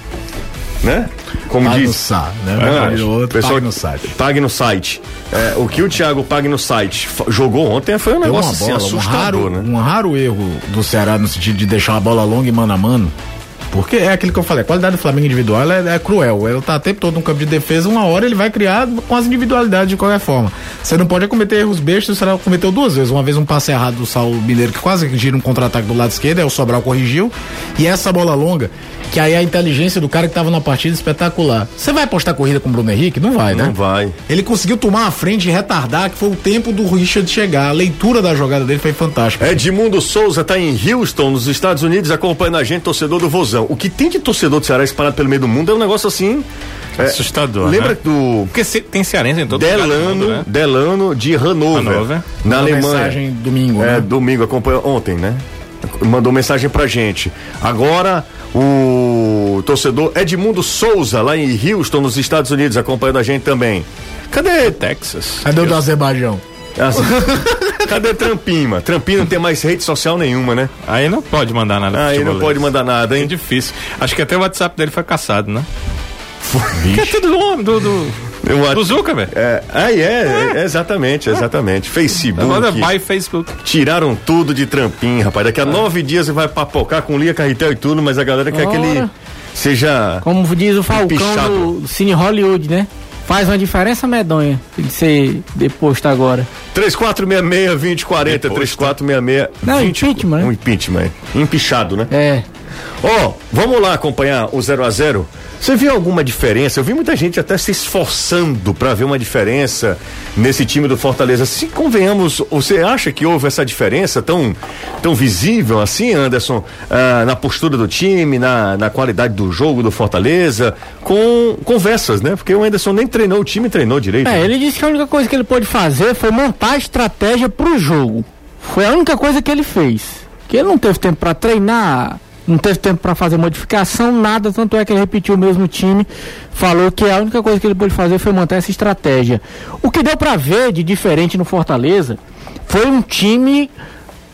[SPEAKER 4] né? Como
[SPEAKER 3] Paga no
[SPEAKER 4] diz.
[SPEAKER 3] Sá,
[SPEAKER 6] É
[SPEAKER 3] né?
[SPEAKER 4] Ah,
[SPEAKER 3] Paga no outro,
[SPEAKER 4] pessoal
[SPEAKER 3] paga no
[SPEAKER 4] que-
[SPEAKER 3] site.
[SPEAKER 4] Pague no site. É, o que o Thiago pague no site fa- jogou ontem foi um
[SPEAKER 3] Deu uma
[SPEAKER 4] negócio assim,
[SPEAKER 3] bola, um
[SPEAKER 4] assustador,
[SPEAKER 3] raro,
[SPEAKER 4] né?
[SPEAKER 3] um raro erro do Ceará no sentido de deixar a bola longa e mano a mano. Porque é aquilo que eu falei, a qualidade do Flamengo individual ela é, é cruel. Ele tá o tempo todo no campo de defesa, uma hora ele vai criar com as individualidades de qualquer forma. Você não pode cometer erros bestas, você cometeu duas vezes. Uma vez um passe errado do Saulo Mineiro, que quase gira um contra-ataque do lado esquerdo, aí o Sobral corrigiu. E essa bola longa, que aí a inteligência do cara que tava na partida é espetacular. Você vai apostar corrida com o Bruno Henrique? Não vai, né?
[SPEAKER 4] Não vai.
[SPEAKER 3] Ele conseguiu tomar a frente e retardar, que foi o tempo do Richard chegar. A leitura da jogada dele foi fantástica.
[SPEAKER 4] É, Edmundo Souza tá em Houston, nos Estados Unidos, acompanhando a gente, torcedor do Vozão. O que tem de torcedor do Ceará espalhado pelo meio do mundo é um negócio assim. é,
[SPEAKER 6] Assustador.
[SPEAKER 4] Lembra
[SPEAKER 6] né?
[SPEAKER 4] do
[SPEAKER 6] Porque se- tem cearense em todo lugar do
[SPEAKER 4] Delano,
[SPEAKER 6] mundo, né?
[SPEAKER 4] Delano de Hanover,
[SPEAKER 6] Hanover.
[SPEAKER 4] na
[SPEAKER 3] Uma
[SPEAKER 4] Alemanha.
[SPEAKER 3] mensagem domingo,
[SPEAKER 4] É,
[SPEAKER 3] né?
[SPEAKER 4] domingo, acompanhou ontem, né? Mandou mensagem pra gente. Agora, o torcedor Edmundo Souza, lá em Houston, nos Estados Unidos, acompanhando a gente também. Cadê Texas?
[SPEAKER 6] Ah,
[SPEAKER 3] Cadê o do Azerbaijão?
[SPEAKER 6] <laughs>
[SPEAKER 4] Assim, cadê Trampima? Trampima não tem mais rede social nenhuma, né?
[SPEAKER 6] Aí não pode mandar nada. pro
[SPEAKER 4] Aí não
[SPEAKER 6] futebolês.
[SPEAKER 4] pode mandar nada,
[SPEAKER 6] É
[SPEAKER 4] hein?
[SPEAKER 6] difícil. Acho que até o WhatsApp dele foi caçado, né? Que é tudo do homem, do, do,
[SPEAKER 4] Eu acho-
[SPEAKER 6] do Zuca, velho.
[SPEAKER 4] É, aí é, é, exatamente, exatamente.
[SPEAKER 6] Agora é
[SPEAKER 4] Facebook.
[SPEAKER 6] vai Facebook.
[SPEAKER 4] Tiraram tudo de trampim, rapaz. Daqui a nove dias você vai papocar com Lia Carretel e tudo, mas a galera quer que ele
[SPEAKER 5] Ora.
[SPEAKER 4] seja.
[SPEAKER 5] Como diz o
[SPEAKER 4] Pichado.
[SPEAKER 5] Falcão do Cine Hollywood, né? Faz uma diferença medonha de ser deposto agora.
[SPEAKER 4] 3466-2040, 3466-2040.
[SPEAKER 5] Não, impeachment, né?
[SPEAKER 4] Um impeachment. é. Empichado, né?
[SPEAKER 5] É.
[SPEAKER 4] Ó, vamos lá acompanhar o 0 a 0 Você viu alguma diferença? Eu vi muita gente até se esforçando pra ver uma diferença nesse time do Fortaleza. Se convenhamos, você acha que houve essa diferença tão, tão visível assim, Anderson, ah, na postura do time, na, na qualidade do jogo do Fortaleza, com conversas, né? Porque o Anderson nem treinou o time, treinou direito.
[SPEAKER 5] É,
[SPEAKER 4] né?
[SPEAKER 5] ele disse que a única coisa que ele pôde fazer foi montar a estratégia pro jogo. Foi a única coisa que ele fez. Que ele não teve tempo pra treinar, não teve tempo pra fazer modificação, nada, tanto é que ele repetiu o mesmo time, falou que a única coisa que ele pôde fazer foi montar essa estratégia. O que deu pra ver de diferente no Fortaleza foi um time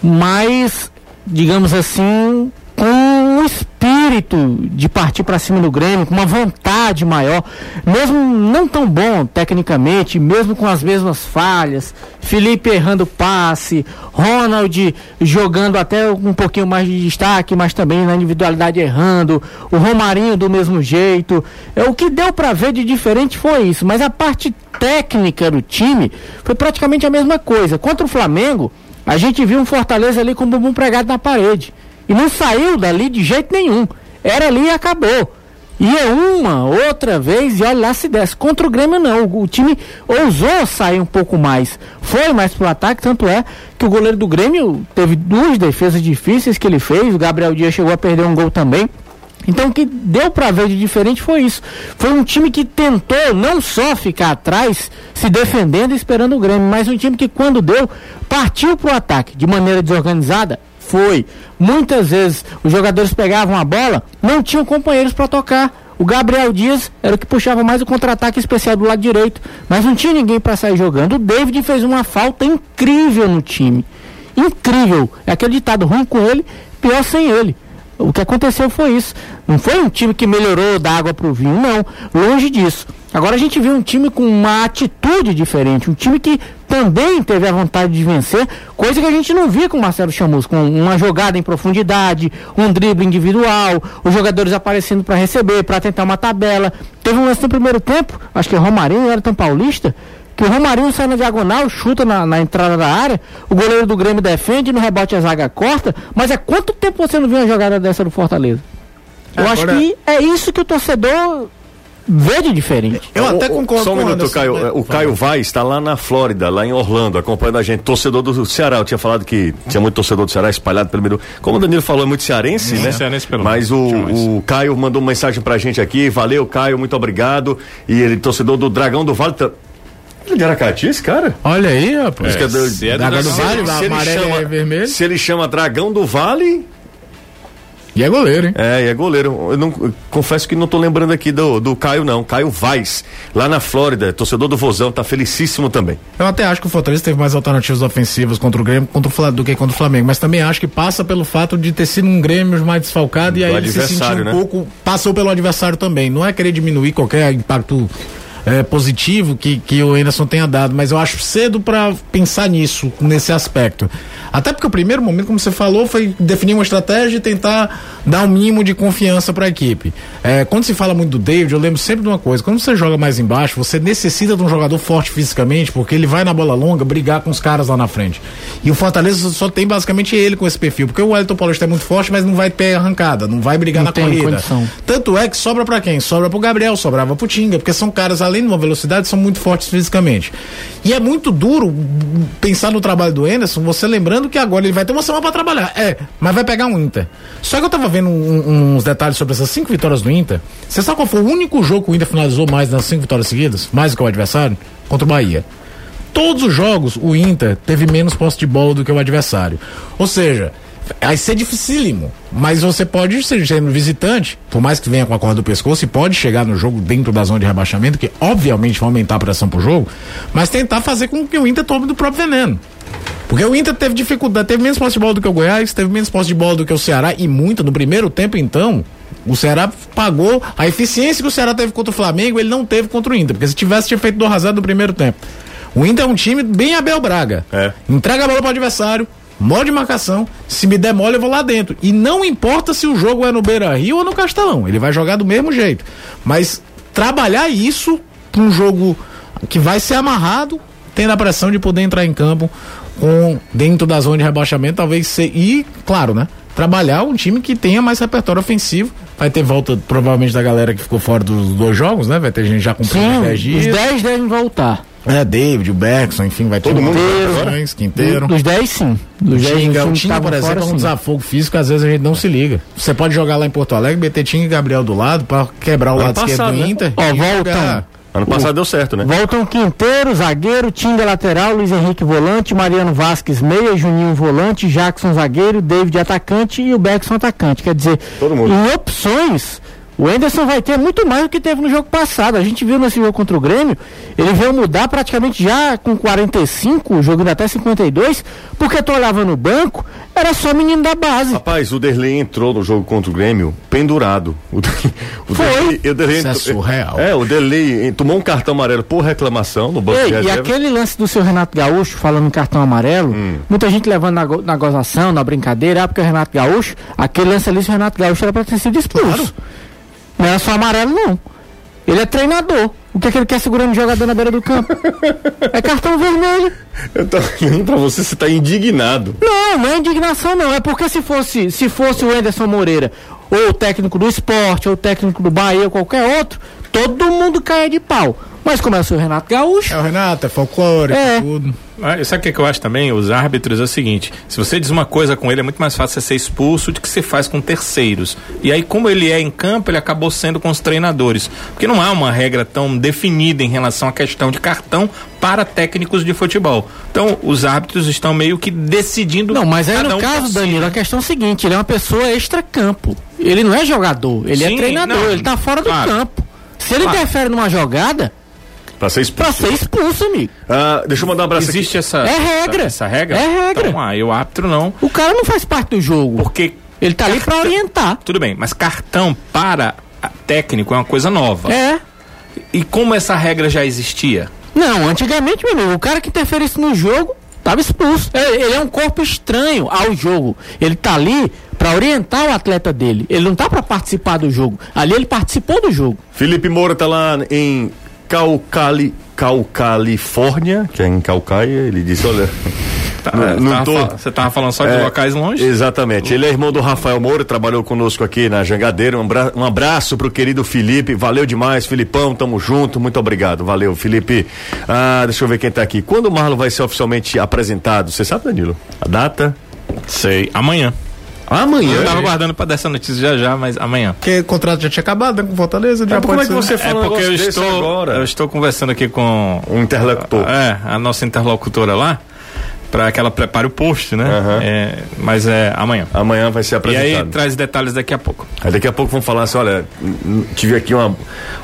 [SPEAKER 5] mais, digamos assim, com um espírito de partir para cima do Grêmio, com uma vontade maior, mesmo não tão bom tecnicamente, mesmo com as mesmas falhas, Felipe errando passe, Ronald jogando até um pouquinho mais de destaque, mas também na individualidade errando, o Romarinho do mesmo jeito. É o que deu para ver de diferente foi isso, mas a parte técnica do time foi praticamente a mesma coisa. Contra o Flamengo, a gente viu um Fortaleza ali com o bumbum pregado na parede. E não saiu dali de jeito nenhum. Era ali e acabou. E é uma, outra vez, e olha lá se desce. Contra o Grêmio, não. O time ousou sair um pouco mais. Foi mais pro ataque, tanto é que o goleiro do Grêmio teve duas defesas difíceis que ele fez. O Gabriel Dias chegou a perder um gol também. Então o que deu pra ver de diferente foi isso. Foi um time que tentou não só ficar atrás, se defendendo e esperando o Grêmio, mas um time que quando deu, partiu pro ataque de maneira desorganizada. Foi. Muitas vezes os jogadores pegavam a bola, não tinham companheiros pra tocar. O Gabriel Dias era o que puxava mais o contra-ataque especial do lado direito, mas não tinha ninguém pra sair jogando. O David fez uma falta incrível no time. Incrível. É aquele ditado ruim com ele, pior sem ele. O que aconteceu foi isso. Não foi um time que melhorou da água para o vinho, não. Longe disso. Agora a gente viu um time com uma atitude diferente, um time que também teve a vontade de vencer, coisa que a gente não via com o Marcelo Chamus, com uma jogada em profundidade, um drible individual, os jogadores aparecendo para receber, para tentar uma tabela. Teve um lance no primeiro tempo, acho que é Romarinho, era tão paulista, que o Romarinho sai na diagonal, chuta na, na entrada da área, o goleiro do Grêmio defende, no rebote a zaga corta, mas há quanto tempo você não viu uma jogada dessa do Fortaleza? Eu acho
[SPEAKER 3] Agora-
[SPEAKER 5] que é isso que o torcedor vê de diferente.
[SPEAKER 3] Eu
[SPEAKER 4] Ô,
[SPEAKER 3] até
[SPEAKER 4] ô,
[SPEAKER 3] concordo
[SPEAKER 4] Só um
[SPEAKER 3] com o
[SPEAKER 4] minuto,
[SPEAKER 3] Anderson,
[SPEAKER 4] Caio.
[SPEAKER 3] né?
[SPEAKER 4] O Caio Vaz está lá na Flórida, lá em Orlando, acompanhando a gente. Torcedor do Ceará. Eu tinha falado que tinha muito torcedor do Ceará espalhado pelo meio. do- Como o Danilo falou, é muito cearense, né?
[SPEAKER 6] cearense pelo
[SPEAKER 4] Mas o,
[SPEAKER 6] mundo, demais.
[SPEAKER 4] o Caio mandou uma mensagem pra gente aqui. Valeu, Caio, muito obrigado. E ele, torcedor do Dragão do Vale. tá- Ele era Aracati, esse cara?
[SPEAKER 3] Olha aí, rapaz.
[SPEAKER 4] Isso que é do-
[SPEAKER 6] se é do
[SPEAKER 4] Dragão
[SPEAKER 3] Dragão do Vale,
[SPEAKER 4] se
[SPEAKER 3] da
[SPEAKER 4] ele
[SPEAKER 3] amarela
[SPEAKER 4] chama-
[SPEAKER 3] é vermelho.
[SPEAKER 4] Se ele chama Dragão do Vale,
[SPEAKER 3] E é goleiro, hein?
[SPEAKER 4] é, e é goleiro. Eu não, eu confesso que não tô lembrando aqui do, do Caio, não. Caio Vaz, lá na Flórida, torcedor do Vozão, tá felicíssimo também.
[SPEAKER 3] Eu até acho que o Fortaleza teve mais alternativas ofensivas contra o Grêmio contra o Fla- do que contra o Flamengo, mas também acho que passa pelo fato de ter sido um Grêmio mais desfalcado e
[SPEAKER 4] Do
[SPEAKER 3] aí ele se sentiu
[SPEAKER 4] adversário,
[SPEAKER 3] um
[SPEAKER 4] né?
[SPEAKER 3] pouco, passou pelo adversário também. Não é querer diminuir qualquer impacto é, positivo que, que o Anderson tenha dado, mas eu acho cedo para pensar nisso, nesse aspecto. Até porque o primeiro momento, como você falou, foi definir uma estratégia e tentar dar um mínimo de confiança para a equipe. É, quando se fala muito do David, eu lembro sempre de uma coisa: quando você joga mais embaixo, você necessita de um jogador forte fisicamente, porque ele vai na bola longa brigar com os caras lá na frente. E o Fortaleza só tem basicamente ele com esse perfil, porque o Wellington Paulista é muito forte, mas não vai pé arrancada, não vai brigar
[SPEAKER 5] Não
[SPEAKER 3] na
[SPEAKER 5] tem
[SPEAKER 3] corrida.
[SPEAKER 5] condição.
[SPEAKER 3] Tanto é que sobra pra quem? Sobra pro Gabriel, sobrava pro Tinga, porque são caras, além de uma velocidade, são muito fortes fisicamente. E é muito duro pensar no trabalho do Anderson, você lembrando que agora ele vai ter uma semana pra trabalhar. É, mas vai pegar um Inter. Só que eu tava vendo um- uns detalhes sobre essas cinco vitórias do Inter. Você sabe qual foi o único jogo que o Inter finalizou mais nas cinco vitórias seguidas? Mais do que o adversário? Contra o Bahia todos os jogos o Inter teve menos posse de bola do que o adversário. Ou seja, vai ser dificílimo, mas você pode ser sendo visitante, por mais que venha com a corda do pescoço, e pode chegar no jogo dentro da zona de rebaixamento, que obviamente vai aumentar a pressão pro jogo, mas tentar fazer com que o Inter tome do próprio veneno. Porque o Inter teve dificuldade, teve menos posse de bola do que o Goiás, teve menos posse de bola do que o Ceará e muito no primeiro tempo, então. O Ceará pagou a eficiência que o Ceará teve contra o Flamengo, ele não teve contra o Inter, porque se tivesse tinha feito do arrasado no primeiro tempo. O Inter é um time bem Abel Braga.
[SPEAKER 4] É.
[SPEAKER 3] Entrega a bola pro adversário, mole de marcação, se me der mole eu vou lá dentro. E não importa se o jogo é no Beira-Rio ou no Castelão, ele vai jogar do mesmo jeito. Mas trabalhar isso pra um jogo que vai ser amarrado, tendo a pressão de poder entrar em campo com dentro da zona de rebaixamento, talvez ser e claro, né? Trabalhar um time que tenha mais repertório ofensivo. Vai ter volta, provavelmente, da galera que ficou fora dos dois jogos, né? Vai ter gente já cumprindo
[SPEAKER 5] Sim,
[SPEAKER 3] os 10
[SPEAKER 5] os
[SPEAKER 3] dias.
[SPEAKER 5] 10 devem voltar.
[SPEAKER 3] É, David, o Bergson, enfim, vai ter um
[SPEAKER 4] Todo mundo
[SPEAKER 3] Mateus,
[SPEAKER 4] agora?
[SPEAKER 3] Franks, Quinteiro.
[SPEAKER 5] Dos 10, sim. Dos 10
[SPEAKER 3] Tinga, o
[SPEAKER 5] times que
[SPEAKER 3] Tinga, por
[SPEAKER 5] estavam
[SPEAKER 3] exemplo,
[SPEAKER 5] fora,
[SPEAKER 3] é um
[SPEAKER 5] sim.
[SPEAKER 3] desafogo físico, que às vezes a gente não se liga. Você pode jogar lá em Porto Alegre, meter Tinga e Gabriel do lado pra quebrar o
[SPEAKER 4] Ano
[SPEAKER 3] lado esquerdo
[SPEAKER 4] passado,
[SPEAKER 3] do
[SPEAKER 4] né?
[SPEAKER 3] Inter.
[SPEAKER 5] Ó,
[SPEAKER 3] E
[SPEAKER 5] voltam.
[SPEAKER 3] jogar-
[SPEAKER 4] Ano passado deu certo, né?
[SPEAKER 5] Voltam Quinteiro, zagueiro, Tinga lateral, Luiz Henrique volante, Mariano Vasquez meia, Juninho volante, Jackson zagueiro, David atacante e o Beckson atacante. Quer dizer,
[SPEAKER 4] Todo mundo.
[SPEAKER 5] em opções, o Anderson vai ter muito mais do que teve no jogo passado. A gente viu nesse jogo contra o Grêmio, ele veio mudar praticamente já com 45, jogando até 52, porque tu olhava no banco, era só menino da base.
[SPEAKER 4] Rapaz, o Derlei entrou no jogo contra o Grêmio pendurado. O, Der- o
[SPEAKER 5] Foi.
[SPEAKER 4] Derlei- o Derlei
[SPEAKER 3] Isso é
[SPEAKER 4] entrou-
[SPEAKER 3] surreal.
[SPEAKER 4] É, o Derlei eh, tomou um cartão amarelo por reclamação no banco
[SPEAKER 5] Ei,
[SPEAKER 4] de
[SPEAKER 5] e
[SPEAKER 4] reserva.
[SPEAKER 5] aquele lance do seu Renato Gaúcho falando em cartão amarelo,
[SPEAKER 3] Hum.
[SPEAKER 5] muita gente levando na, go- na gozação, na brincadeira, ah, porque o Renato Gaúcho, aquele lance ali, se o Renato Gaúcho era pra ter sido expulso. Não era só amarelo, não. Ele é treinador. O que, é que ele quer segurando o jogador na beira do campo?
[SPEAKER 3] <laughs>
[SPEAKER 5] é cartão vermelho.
[SPEAKER 4] Eu tô olhando pra você, você tá indignado.
[SPEAKER 5] Não, não é indignação, não. É porque se fosse, se fosse o Anderson Moreira, ou o técnico do esporte, ou o técnico do Bahia, ou qualquer outro, todo mundo caia de pau. Mas como é o seu Renato Gaúcho,
[SPEAKER 3] É o Renato, é folclórico,
[SPEAKER 5] É.
[SPEAKER 3] tudo.
[SPEAKER 6] Ah, Sabe o que que eu acho também? Os árbitros é o seguinte: se você diz uma coisa com ele, é muito mais fácil você ser expulso do que você faz com terceiros. E aí, como ele é em campo, ele acabou sendo com os treinadores. Porque não há uma regra tão definida em relação à questão de cartão para técnicos de futebol. Então, os árbitros estão meio que decidindo.
[SPEAKER 5] Não, mas aí
[SPEAKER 6] cada
[SPEAKER 5] no
[SPEAKER 6] um por
[SPEAKER 5] caso,
[SPEAKER 6] si.
[SPEAKER 5] Danilo, a questão é a seguinte, ele é uma pessoa extra-campo. Ele não é jogador, ele
[SPEAKER 6] Sim,
[SPEAKER 5] é treinador,
[SPEAKER 6] não,
[SPEAKER 5] ele tá fora do
[SPEAKER 6] claro.
[SPEAKER 5] campo. Se ele
[SPEAKER 6] Claro.
[SPEAKER 5] interfere numa jogada,
[SPEAKER 4] Pra ser expulso.
[SPEAKER 5] pra ser expulso, amigo.
[SPEAKER 4] Ah, deixa eu mandar um abraço
[SPEAKER 6] Existe essa,
[SPEAKER 5] É regra.
[SPEAKER 6] essa, essa regra?
[SPEAKER 5] É regra.
[SPEAKER 6] Então, ah, eu árbitro não.
[SPEAKER 5] O cara não faz parte do jogo.
[SPEAKER 6] Porque
[SPEAKER 5] Ele tá ali pra orientar.
[SPEAKER 6] Tudo bem, mas cartão para a- técnico é uma coisa nova.
[SPEAKER 5] É.
[SPEAKER 6] E como essa regra já existia?
[SPEAKER 5] Não, antigamente, meu amigo, o cara que interferisse no jogo tava expulso. Ele, ele é um corpo estranho ao jogo. Ele tá ali pra orientar o atleta dele. Ele não tá pra participar do jogo. Ali ele participou do jogo.
[SPEAKER 4] aqui. Felipe Moura tá lá em Calcali, Calcalifórnia, que é em Calcaia. Ele disse: Olha, não, não
[SPEAKER 6] Tá, é, Tava
[SPEAKER 4] tô.
[SPEAKER 6] fal- Você tava falando só Tá de
[SPEAKER 4] É,
[SPEAKER 6] locais longe?
[SPEAKER 4] Exatamente. Ele é irmão do Rafael Moura, trabalhou conosco aqui na Jangadeira. Um, abra um abraço pro querido Felipe. Valeu demais, Filipão. Tamo junto. Muito obrigado. Valeu, Felipe. Ah, deixa eu ver quem tá aqui. Quando o Marlon vai ser oficialmente apresentado? Você sabe, Danilo? A data?
[SPEAKER 6] Sei. Amanhã.
[SPEAKER 4] Amanhã.
[SPEAKER 6] Eu tava aguardando pra dar essa notícia já já, mas amanhã.
[SPEAKER 3] Porque o contrato já tinha acabado, né, com o Fortaleza, já
[SPEAKER 4] como
[SPEAKER 3] pode
[SPEAKER 4] é que
[SPEAKER 3] ser.
[SPEAKER 4] você fala
[SPEAKER 6] É
[SPEAKER 4] um
[SPEAKER 6] porque
[SPEAKER 4] negócio
[SPEAKER 6] eu
[SPEAKER 4] desse
[SPEAKER 6] estou,
[SPEAKER 4] agora?
[SPEAKER 6] eu estou conversando aqui com
[SPEAKER 4] Um interlocutor.
[SPEAKER 6] É, a nossa interlocutora lá, pra que ela prepare o post, né?
[SPEAKER 4] Aham.
[SPEAKER 6] É, mas é amanhã.
[SPEAKER 4] Amanhã vai ser
[SPEAKER 6] E
[SPEAKER 4] apresentado.
[SPEAKER 6] aí traz detalhes daqui a pouco.
[SPEAKER 4] Aí daqui a pouco vão falar assim, olha, n- n- tive aqui uma,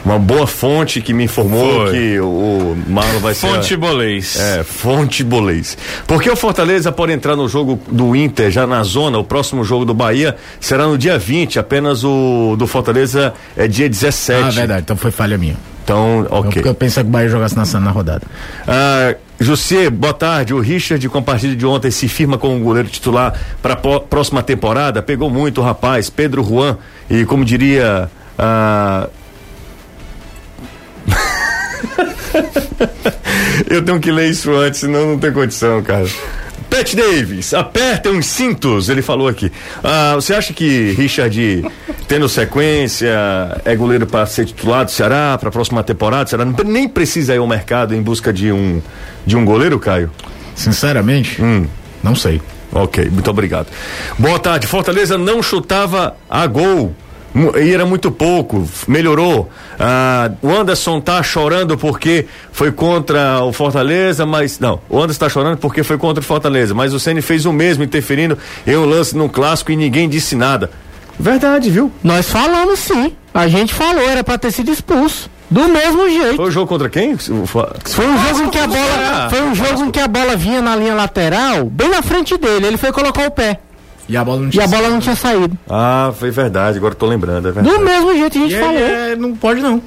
[SPEAKER 4] uma boa fonte que me informou
[SPEAKER 6] Foi.
[SPEAKER 4] que o, o Marlon vai ser...
[SPEAKER 6] Fonte Bolês.
[SPEAKER 4] É, fonte bolês. Porque o Fortaleza pode entrar no jogo do Inter já na zona, o próximo jogo do Bahia será no dia 20, apenas o do Fortaleza é dia 17.
[SPEAKER 3] Ah, verdade, então foi falha minha.
[SPEAKER 4] Então,
[SPEAKER 3] Eu,
[SPEAKER 4] ok.
[SPEAKER 3] Ah, porque eu pensei que o Bahia jogasse na na rodada.
[SPEAKER 4] Ah, Jussier, boa tarde. O Richard, com a partida de ontem, se firma como goleiro titular para a próxima temporada. Pegou muito o rapaz, Pedro Juan. E como diria. ah, <laughs> Eu tenho que ler isso antes, senão não tem condição, cara. Pat Davis, apertem os cintos, ele falou aqui. Ah, você acha que Richard, tendo sequência, é goleiro para ser titular do Ceará, para a próxima temporada? Será nem precisa ir ao mercado em busca de um, de um goleiro, Caio?
[SPEAKER 3] Sinceramente, não sei.
[SPEAKER 4] Ok, muito obrigado. Boa tarde. Fortaleza não chutava a gol. Mu- E era muito pouco, f- melhorou. Ah, o Anderson tá chorando porque foi contra o Fortaleza, mas. Não, o Anderson tá chorando porque foi contra o Fortaleza, mas o Ceni fez o mesmo, interferindo em um lance num clássico e ninguém disse nada. Verdade, viu?
[SPEAKER 5] Nós falamos sim. A gente falou, era pra ter sido expulso. Do mesmo jeito.
[SPEAKER 4] Foi o jogo contra quem? O Fla-
[SPEAKER 5] Foi um jogo em que a
[SPEAKER 4] será?
[SPEAKER 5] bola. Foi um jogo em que a bola vinha na linha lateral, bem na frente dele. Ele foi colocar o pé.
[SPEAKER 3] E a bola não
[SPEAKER 5] E a bola não tinha saído.
[SPEAKER 4] Ah, foi verdade, agora eu tô lembrando, é verdade.
[SPEAKER 5] Do mesmo jeito a gente
[SPEAKER 3] É,
[SPEAKER 5] falou.
[SPEAKER 3] é, não pode não.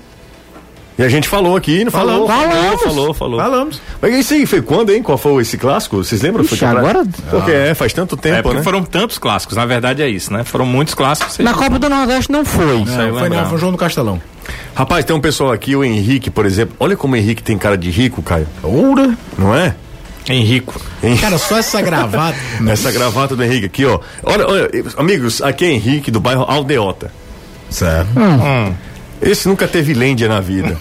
[SPEAKER 4] E a gente falou aqui, não falou? Falou,
[SPEAKER 5] Falamos.
[SPEAKER 4] falou, falou.
[SPEAKER 3] Falamos.
[SPEAKER 4] Mas é isso aí foi quando, hein? Qual foi esse clássico? Vocês lembram?
[SPEAKER 5] Ixi,
[SPEAKER 4] Foi contra-
[SPEAKER 5] agora- Ah.
[SPEAKER 4] Porque é, faz tanto
[SPEAKER 6] É
[SPEAKER 4] tempo,
[SPEAKER 6] porque
[SPEAKER 4] né?
[SPEAKER 6] foram tantos clássicos, na verdade é isso, né? Foram muitos clássicos.
[SPEAKER 5] Na Copa do Nordeste não foi.
[SPEAKER 6] Isso
[SPEAKER 3] Não,
[SPEAKER 6] aí
[SPEAKER 3] foi
[SPEAKER 6] lembrar.
[SPEAKER 3] não, foi um jogo no Castelão.
[SPEAKER 4] Rapaz, tem um pessoal aqui, o Henrique, por exemplo. Olha como o Henrique tem cara de rico, Caio.
[SPEAKER 3] Oura.
[SPEAKER 4] Não é?
[SPEAKER 6] Henrico.
[SPEAKER 4] Hein?
[SPEAKER 3] Cara, só essa gravata.
[SPEAKER 4] Essa gravata do Henrique aqui, ó. Olha, olha, amigos, aqui é Henrique do bairro Aldeota. Hum.
[SPEAKER 3] Certo.
[SPEAKER 6] Hum.
[SPEAKER 4] Esse nunca teve Lândia na
[SPEAKER 6] <laughs>
[SPEAKER 4] vida.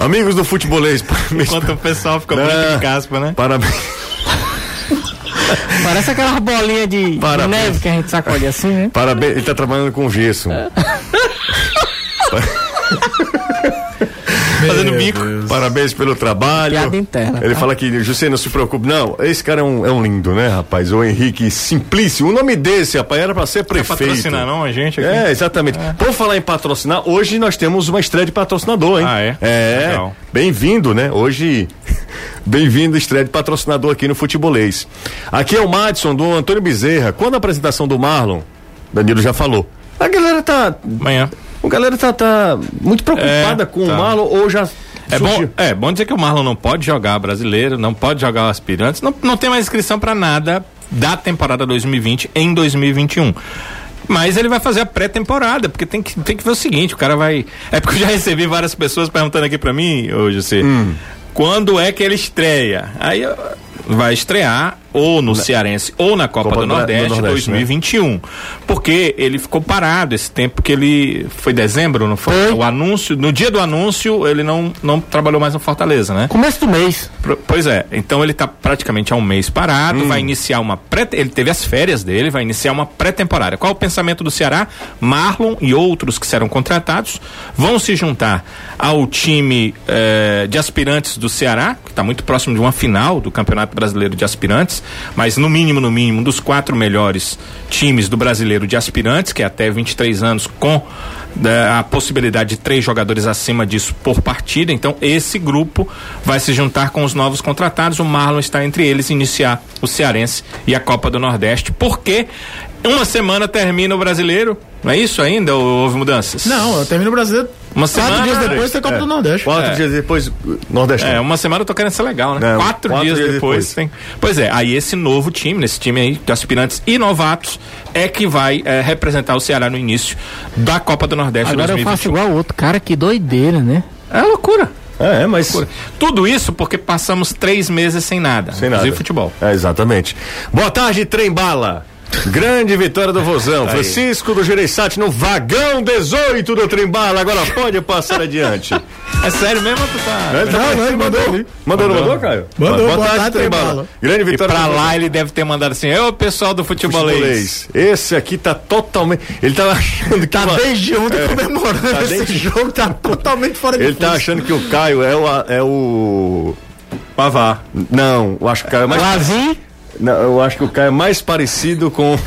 [SPEAKER 4] amigos do futebolês, <laughs> parabéns.
[SPEAKER 6] Enquanto o pessoal fica bonito
[SPEAKER 4] É.
[SPEAKER 6] em caspa, né?
[SPEAKER 4] Parabéns.
[SPEAKER 5] Parece aquelas bolinhas de, de
[SPEAKER 4] Parabéns.
[SPEAKER 5] neve que a gente sacode assim, né?
[SPEAKER 4] Parabéns, ele tá trabalhando com gesso.
[SPEAKER 6] É. Fazendo bico.
[SPEAKER 4] Parabéns pelo trabalho.
[SPEAKER 5] Piada interna,
[SPEAKER 4] Ele
[SPEAKER 5] tá?
[SPEAKER 4] fala que, José, não se preocupe. Não, esse cara é um, é um lindo, né, rapaz? O Henrique Simplício. O nome desse, rapaz, era pra ser prefeito.
[SPEAKER 6] é Patrocinar não a gente aqui.
[SPEAKER 4] É, exatamente. Por falar em patrocinar, hoje nós temos uma estreia de patrocinador, hein?
[SPEAKER 6] Ah, é?
[SPEAKER 4] É.
[SPEAKER 6] Legal.
[SPEAKER 4] Bem-vindo, né? Hoje, <laughs> bem-vindo, estreia de patrocinador aqui no Futebolês. Aqui é o Madison, do Antônio Bezerra. Quando a apresentação do Marlon, Danilo já falou. A galera tá.
[SPEAKER 6] Amanhã.
[SPEAKER 4] A galera tá, tá muito preocupada
[SPEAKER 6] É,
[SPEAKER 4] com
[SPEAKER 6] tá.
[SPEAKER 4] o Marlon ou já.
[SPEAKER 6] É bom,
[SPEAKER 4] surgiu?
[SPEAKER 6] é bom dizer que o Marlon não pode jogar brasileiro, não pode jogar aspirantes, não, não tem mais inscrição pra nada da temporada 2020 em 2021. Mas ele vai fazer a pré-temporada, porque tem que, tem que ver o seguinte, o cara vai. É porque eu já recebi várias pessoas perguntando aqui pra mim, ô José, quando é que ele estreia? Aí eu- vai estrear ou no Cearense ou na Copa,
[SPEAKER 4] Copa
[SPEAKER 6] do,
[SPEAKER 4] do
[SPEAKER 6] Nordeste,
[SPEAKER 4] Nordeste, né?
[SPEAKER 6] 2021. Porque ele ficou parado esse tempo que ele. Foi dezembro, não foi?
[SPEAKER 5] Foi.
[SPEAKER 6] O anúncio, no dia do anúncio, ele não, não trabalhou mais no Fortaleza, né?
[SPEAKER 5] Começo do mês.
[SPEAKER 6] Pro- Pois é, então ele tá praticamente há um mês parado, vai iniciar uma pré ele teve as férias dele, vai iniciar uma pré-temporada. Qual é o pensamento do Ceará? Marlon e outros que serão contratados vão se juntar ao time eh, de aspirantes do Ceará, que está muito próximo de uma final do Campeonato Brasileiro de Aspirantes, mas no mínimo, no mínimo, um dos quatro melhores times do brasileiro de aspirantes, que é até 23 anos, com da- a possibilidade de três jogadores acima disso por partida. Então, esse grupo vai se juntar com os novos contratados. O Marlon está entre eles, iniciar o Cearense e a Copa do Nordeste. Porque uma semana termina o brasileiro. Não é isso ainda? Ou houve mudanças?
[SPEAKER 3] Não, eu termino o brasileiro.
[SPEAKER 6] Uma
[SPEAKER 3] Quatro
[SPEAKER 6] semana.
[SPEAKER 3] dias depois tem Copa do Nordeste.
[SPEAKER 4] Quatro
[SPEAKER 6] É.
[SPEAKER 4] dias depois, Nordeste.
[SPEAKER 6] É, uma semana eu tô querendo ser legal, né?
[SPEAKER 4] É,
[SPEAKER 6] quatro, dias, depois. tem- Pois é, aí esse novo time, nesse time aí de aspirantes e novatos, é que vai eh, representar o Ceará no início da Copa do Nordeste
[SPEAKER 5] Agora eu
[SPEAKER 6] 2021.
[SPEAKER 5] faço igual o outro. Cara, que doideira, né?
[SPEAKER 6] É loucura.
[SPEAKER 4] É, mas.
[SPEAKER 6] Tudo isso porque passamos três meses sem nada,
[SPEAKER 4] Sem nada.
[SPEAKER 6] inclusive futebol.
[SPEAKER 4] É, exatamente. Boa tarde, Trem Bala. Grande vitória do Vozão. Francisco do Gereissati no vagão 18 do Trem Bala. Agora pode passar adiante.
[SPEAKER 6] É sério mesmo, tu tá?
[SPEAKER 4] Ele tá
[SPEAKER 3] Não, não, ele mandou.
[SPEAKER 4] Mandou, mandou, não mandou, Caio?
[SPEAKER 3] Mandou,
[SPEAKER 4] Boa, tarde, Trem Bala. Grande
[SPEAKER 6] E
[SPEAKER 4] vitória
[SPEAKER 6] pra
[SPEAKER 4] do
[SPEAKER 6] lá ele deve ter mandado assim, ô pessoal do futebolês.
[SPEAKER 4] Futebolês. Esse aqui tá totalmente. Ele tava achando que. uma-
[SPEAKER 3] Desde ontem comemorando
[SPEAKER 4] Tá
[SPEAKER 3] esse
[SPEAKER 4] desde-
[SPEAKER 3] jogo, tá totalmente fora de
[SPEAKER 4] Ele tá
[SPEAKER 3] curso.
[SPEAKER 4] achando que o Caio é o. a- É o...
[SPEAKER 6] Pavá.
[SPEAKER 4] Não, eu acho que o Caio é mais.
[SPEAKER 5] Lazi,
[SPEAKER 4] Não, eu acho que o Caio é mais parecido com.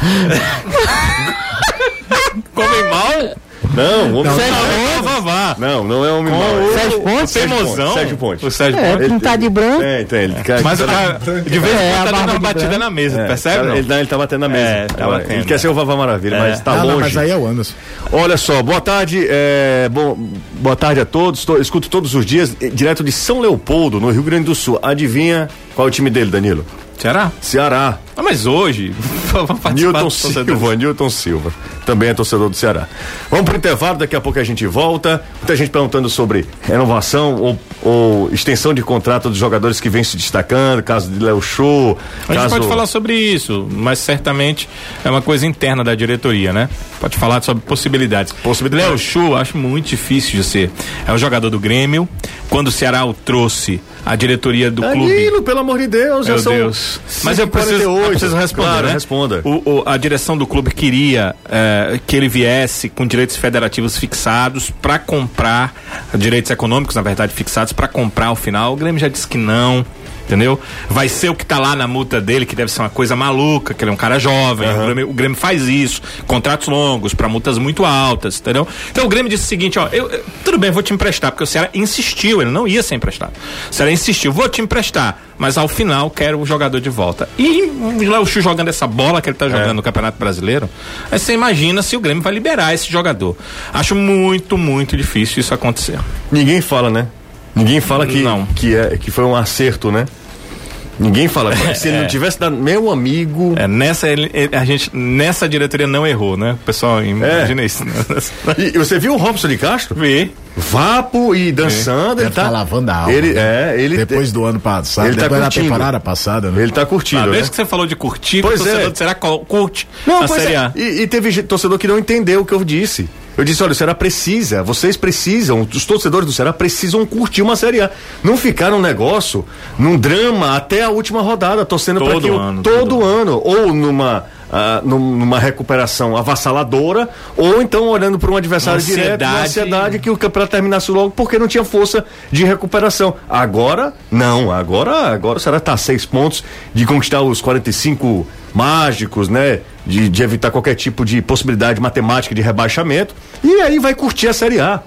[SPEAKER 5] Ah,
[SPEAKER 6] Comem mal? tá
[SPEAKER 4] Não, o homem
[SPEAKER 6] Sérgio
[SPEAKER 4] mau é-
[SPEAKER 6] Pontes, Vavá.
[SPEAKER 4] Não, não é homem mau. é-
[SPEAKER 5] Sérgio Pontes?
[SPEAKER 6] Teimosão.
[SPEAKER 4] Sérgio Pontes.
[SPEAKER 6] O Sérgio
[SPEAKER 5] É,
[SPEAKER 6] Pontes.
[SPEAKER 5] pintar de branco.
[SPEAKER 4] É, então ele. cara,
[SPEAKER 6] Mas o
[SPEAKER 4] ele tá-
[SPEAKER 6] cara, de vez
[SPEAKER 5] É,
[SPEAKER 6] em
[SPEAKER 5] a
[SPEAKER 6] quando, tá dando
[SPEAKER 5] barba
[SPEAKER 6] uma
[SPEAKER 5] de
[SPEAKER 6] batida
[SPEAKER 5] branco.
[SPEAKER 6] na mesa,
[SPEAKER 4] é,
[SPEAKER 6] percebe?
[SPEAKER 4] cara,
[SPEAKER 6] não?
[SPEAKER 4] Ele, tá- ele tá batendo na mesa.
[SPEAKER 6] É, tá
[SPEAKER 4] Agora,
[SPEAKER 6] batendo.
[SPEAKER 4] Ele quer ser o Vavá Maravilha,
[SPEAKER 6] É.
[SPEAKER 4] mas tá
[SPEAKER 3] Ah,
[SPEAKER 4] longe.
[SPEAKER 3] não, mas aí é o Anderson.
[SPEAKER 4] Olha só, boa tarde, é, bom, boa tarde a todos. Tô- escuto todos os dias, eh, direto de São Leopoldo, no Rio Grande do Sul. Adivinha qual é o time dele, Danilo?
[SPEAKER 6] Será?
[SPEAKER 4] Ceará.
[SPEAKER 6] Ah, mas hoje, <laughs> vamos participar
[SPEAKER 4] Newton
[SPEAKER 6] do É torcedor.
[SPEAKER 4] Silva, Newton Silva. Também é torcedor do Ceará. Vamos pro intervalo, daqui a pouco a gente volta. Muita gente perguntando sobre renovação ou, ou extensão de contrato dos jogadores que vêm se destacando, caso de Léo Show.
[SPEAKER 6] A gente
[SPEAKER 4] caso...
[SPEAKER 6] pode falar sobre isso, mas certamente é uma coisa interna da diretoria, né? Pode falar sobre possibilidades.
[SPEAKER 4] Possibilidades.
[SPEAKER 6] Léo Chu, acho muito difícil de ser. É um jogador do Grêmio. Quando o Ceará o trouxe, a diretoria do clube.
[SPEAKER 4] Danilo, pelo amor de Deus, um
[SPEAKER 6] Meu
[SPEAKER 4] já são
[SPEAKER 6] Deus. Mas eu preciso,
[SPEAKER 4] 148.
[SPEAKER 6] eu preciso responder.
[SPEAKER 4] Claro,
[SPEAKER 6] né?
[SPEAKER 4] responda.
[SPEAKER 6] O- o- a direção do clube queria eh, que ele viesse com direitos federativos fixados para comprar direitos econômicos, na verdade, fixados para comprar o final. O Grêmio já disse que não. Entendeu? Vai ser o que tá lá na multa dele, que deve ser uma coisa maluca, que ele é um cara jovem. O, Grêmio, o Grêmio faz isso, contratos longos, para multas muito altas, entendeu? Então o Grêmio disse o seguinte: ó, eu, eu- tudo bem, vou te emprestar, porque o Ceará insistiu, ele não ia ser emprestado. O Ceará insistiu, vou te emprestar, mas ao final quero o jogador de volta. E o Léo Chu jogando essa bola que ele
[SPEAKER 4] É.
[SPEAKER 6] tá jogando no Campeonato Brasileiro, aí você imagina se o Grêmio vai liberar esse jogador. Acho muito, muito difícil isso acontecer.
[SPEAKER 4] Ninguém fala, né? Ninguém fala que,
[SPEAKER 6] Não.
[SPEAKER 4] que, é, que foi um acerto, né? Ninguém fala. Se ele não tivesse dado. Meu amigo.
[SPEAKER 6] É, nessa, ele- ele- a gente, nessa diretoria não errou, né? O pessoal
[SPEAKER 4] É.
[SPEAKER 6] imagina isso. <laughs> né?
[SPEAKER 4] E, e você viu o Robson de Castro?
[SPEAKER 6] Vê.
[SPEAKER 4] Vapo e dançando.
[SPEAKER 6] É.
[SPEAKER 4] Ele
[SPEAKER 3] Deve tá
[SPEAKER 4] tá
[SPEAKER 3] lavando a alma.
[SPEAKER 4] Ele,
[SPEAKER 6] né?
[SPEAKER 4] é, ele,
[SPEAKER 3] Depois do ano passado,
[SPEAKER 4] ele tá
[SPEAKER 3] depois da
[SPEAKER 4] curtindo.
[SPEAKER 3] temporada passada, né?
[SPEAKER 4] ele tá curtindo.
[SPEAKER 6] Ah,
[SPEAKER 4] né?
[SPEAKER 6] desde que você falou de curtir,
[SPEAKER 4] Pois
[SPEAKER 6] o torcedor
[SPEAKER 4] é.
[SPEAKER 6] do Ceará co- curte
[SPEAKER 4] Não,
[SPEAKER 6] a
[SPEAKER 4] pois
[SPEAKER 6] Série
[SPEAKER 4] é.
[SPEAKER 6] A.
[SPEAKER 4] E, e teve gente- torcedor que não entendeu o que eu disse. Eu disse, olha, o Ceará precisa, vocês precisam, os torcedores do Ceará precisam curtir uma Série A. Não ficar num negócio, num drama, até a última rodada, torcendo para
[SPEAKER 6] Todo
[SPEAKER 4] que o-
[SPEAKER 6] ano,
[SPEAKER 4] todo,
[SPEAKER 6] todo
[SPEAKER 4] ano, ou numa, ah, num- numa recuperação avassaladora, ou então olhando para um adversário
[SPEAKER 6] Uma
[SPEAKER 4] direto, uma
[SPEAKER 6] ansiedade.
[SPEAKER 4] ansiedade que o campeonato terminasse logo, porque não tinha força de recuperação. Agora, não, agora, agora o Ceará tá a seis pontos de conquistar os 45 mágicos, né? De, de evitar qualquer tipo de possibilidade matemática de rebaixamento. E aí vai curtir a Série A.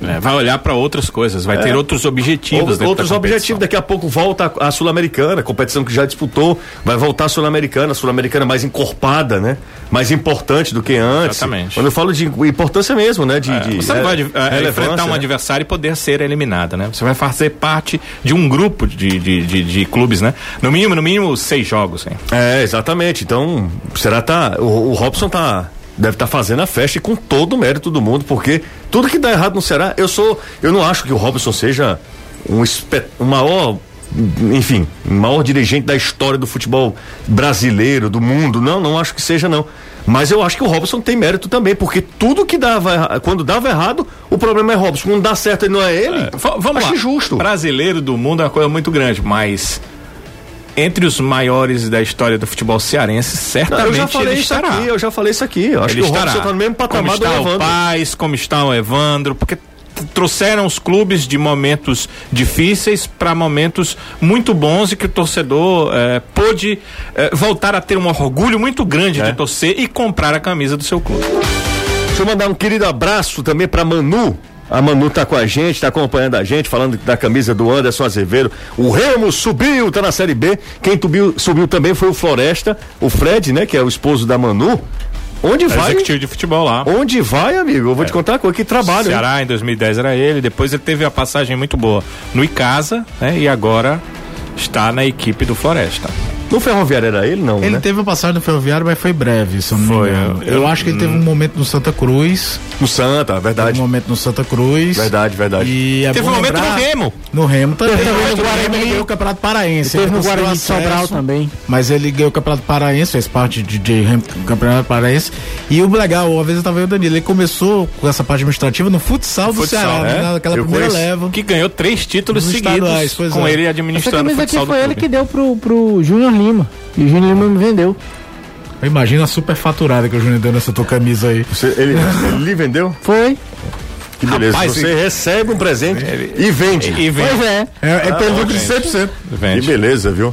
[SPEAKER 6] É, vai olhar pra outras coisas, vai ter outros objetivos.
[SPEAKER 4] É. Outros,
[SPEAKER 6] dentro da
[SPEAKER 4] outros
[SPEAKER 6] competição.
[SPEAKER 4] objetivos. Daqui a pouco volta a, a Sul-Americana, competição que já disputou. Vai voltar a Sul-Americana, a Sul-Americana mais encorpada, né? Mais importante do que antes.
[SPEAKER 6] Exatamente.
[SPEAKER 4] Quando eu falo de importância mesmo, né? De, de
[SPEAKER 6] Você não
[SPEAKER 4] re-
[SPEAKER 6] vai eh, enfrentar
[SPEAKER 4] relevância,
[SPEAKER 6] um
[SPEAKER 4] né?
[SPEAKER 6] adversário e poder ser eliminado, né? Você vai fazer parte de um grupo de, de, de, de clubes, né? No mínimo, no mínimo, seis jogos, hein?
[SPEAKER 4] É, exatamente. Então, será tá o, o Robson tá deve estar fazendo a festa e com todo o mérito do mundo, porque tudo que dá errado no Ceará, eu sou, eu não acho que o Robson seja um espe- o maior enfim, o maior dirigente da história do futebol brasileiro, do mundo. Não, não acho que seja não. Mas eu acho que o Robson tem mérito também, porque tudo que dava erra- quando dava errado, o problema é Robson. Quando dá certo e não é ele,
[SPEAKER 6] V- vamos
[SPEAKER 4] acho
[SPEAKER 6] lá.
[SPEAKER 4] injusto.
[SPEAKER 6] Brasileiro do mundo é uma coisa muito grande, mas entre os maiores da história do futebol cearense, certamente
[SPEAKER 4] Eu já falei
[SPEAKER 6] ele
[SPEAKER 4] isso
[SPEAKER 6] estará.
[SPEAKER 4] aqui, eu já falei isso aqui. Eu acho
[SPEAKER 6] Ele
[SPEAKER 4] que o
[SPEAKER 6] estará.
[SPEAKER 4] Robson tá no mesmo patamar
[SPEAKER 6] como está
[SPEAKER 4] do
[SPEAKER 6] o
[SPEAKER 4] Evandro.
[SPEAKER 6] Paz, como está o Evandro, porque t- trouxeram os clubes de momentos difíceis para momentos muito bons e que o torcedor eh, pôde eh, voltar a ter um orgulho muito grande
[SPEAKER 4] É.
[SPEAKER 6] de torcer e comprar a camisa do seu clube.
[SPEAKER 4] Deixa eu mandar um querido abraço também pra Manu. A Manu tá com a gente, tá acompanhando a gente, falando da camisa do Anderson Azevedo. O Remo subiu, tá na Série B. Quem subiu, subiu também foi o Floresta, o Fred, né, que é o esposo da Manu. Onde vai?
[SPEAKER 6] É Executivo de futebol lá.
[SPEAKER 4] Onde vai, amigo? Eu vou te contar uma coisa, que trabalho. hein?
[SPEAKER 6] Ceará em 2010 era ele, depois ele teve uma passagem muito boa no Icasa, né? E agora está na equipe do Floresta.
[SPEAKER 4] No Ferroviário era ele, não,
[SPEAKER 3] Ele
[SPEAKER 4] né?
[SPEAKER 3] teve uma passagem no Ferroviário, mas foi breve, se eu não
[SPEAKER 6] Foi,
[SPEAKER 3] me engano.
[SPEAKER 6] eu-
[SPEAKER 3] Eu, acho que ele teve um momento no Santa Cruz.
[SPEAKER 4] No Santa,
[SPEAKER 3] Teve
[SPEAKER 4] verdade.
[SPEAKER 3] um momento no Santa Cruz.
[SPEAKER 4] Tá Verdade, verdade.
[SPEAKER 3] E é
[SPEAKER 6] Teve
[SPEAKER 3] bom
[SPEAKER 6] um momento
[SPEAKER 3] lembrar-
[SPEAKER 6] no Remo.
[SPEAKER 3] No Remo também.
[SPEAKER 5] Teve também no
[SPEAKER 3] Mas o
[SPEAKER 5] Guarani.
[SPEAKER 3] Remo ganhou o Campeonato Paraense.
[SPEAKER 5] Teve
[SPEAKER 3] Ele
[SPEAKER 5] no
[SPEAKER 3] conseguiu
[SPEAKER 5] Guarani de
[SPEAKER 3] acesso,
[SPEAKER 5] Sobral também.
[SPEAKER 3] Mas ele ganhou o Campeonato Paraense, fez parte de, de Remo- Campeonato Paraense. E o legal, uma vez eu tava vendo o Danilo, ele começou com essa parte administrativa no futsal do
[SPEAKER 6] Futsal,
[SPEAKER 3] Ceará,
[SPEAKER 6] é?
[SPEAKER 3] né? naquela
[SPEAKER 4] Eu
[SPEAKER 3] primeira
[SPEAKER 4] conheço.
[SPEAKER 3] leva.
[SPEAKER 6] Que ganhou três títulos
[SPEAKER 3] Nos
[SPEAKER 6] seguidos
[SPEAKER 3] estaduais, pois
[SPEAKER 6] com
[SPEAKER 3] é.
[SPEAKER 6] ele
[SPEAKER 5] Essa
[SPEAKER 6] administrando o
[SPEAKER 5] camisa aqui
[SPEAKER 6] futsal do
[SPEAKER 5] foi ele que
[SPEAKER 6] clube.
[SPEAKER 5] deu pro, pro Júnior Lima. E o Júnior Lima me vendeu.
[SPEAKER 3] Imagina a super faturada que o Júnior deu nessa tua camisa aí.
[SPEAKER 4] Você- ele, ele vendeu?
[SPEAKER 5] Foi.
[SPEAKER 4] Que beleza.
[SPEAKER 6] Rapaz,
[SPEAKER 4] Você recebe um presente e vende.
[SPEAKER 6] E vem.
[SPEAKER 5] Pois é.
[SPEAKER 3] É, é pelo lucro de 100%.
[SPEAKER 4] Que
[SPEAKER 6] Vende.
[SPEAKER 4] beleza, viu?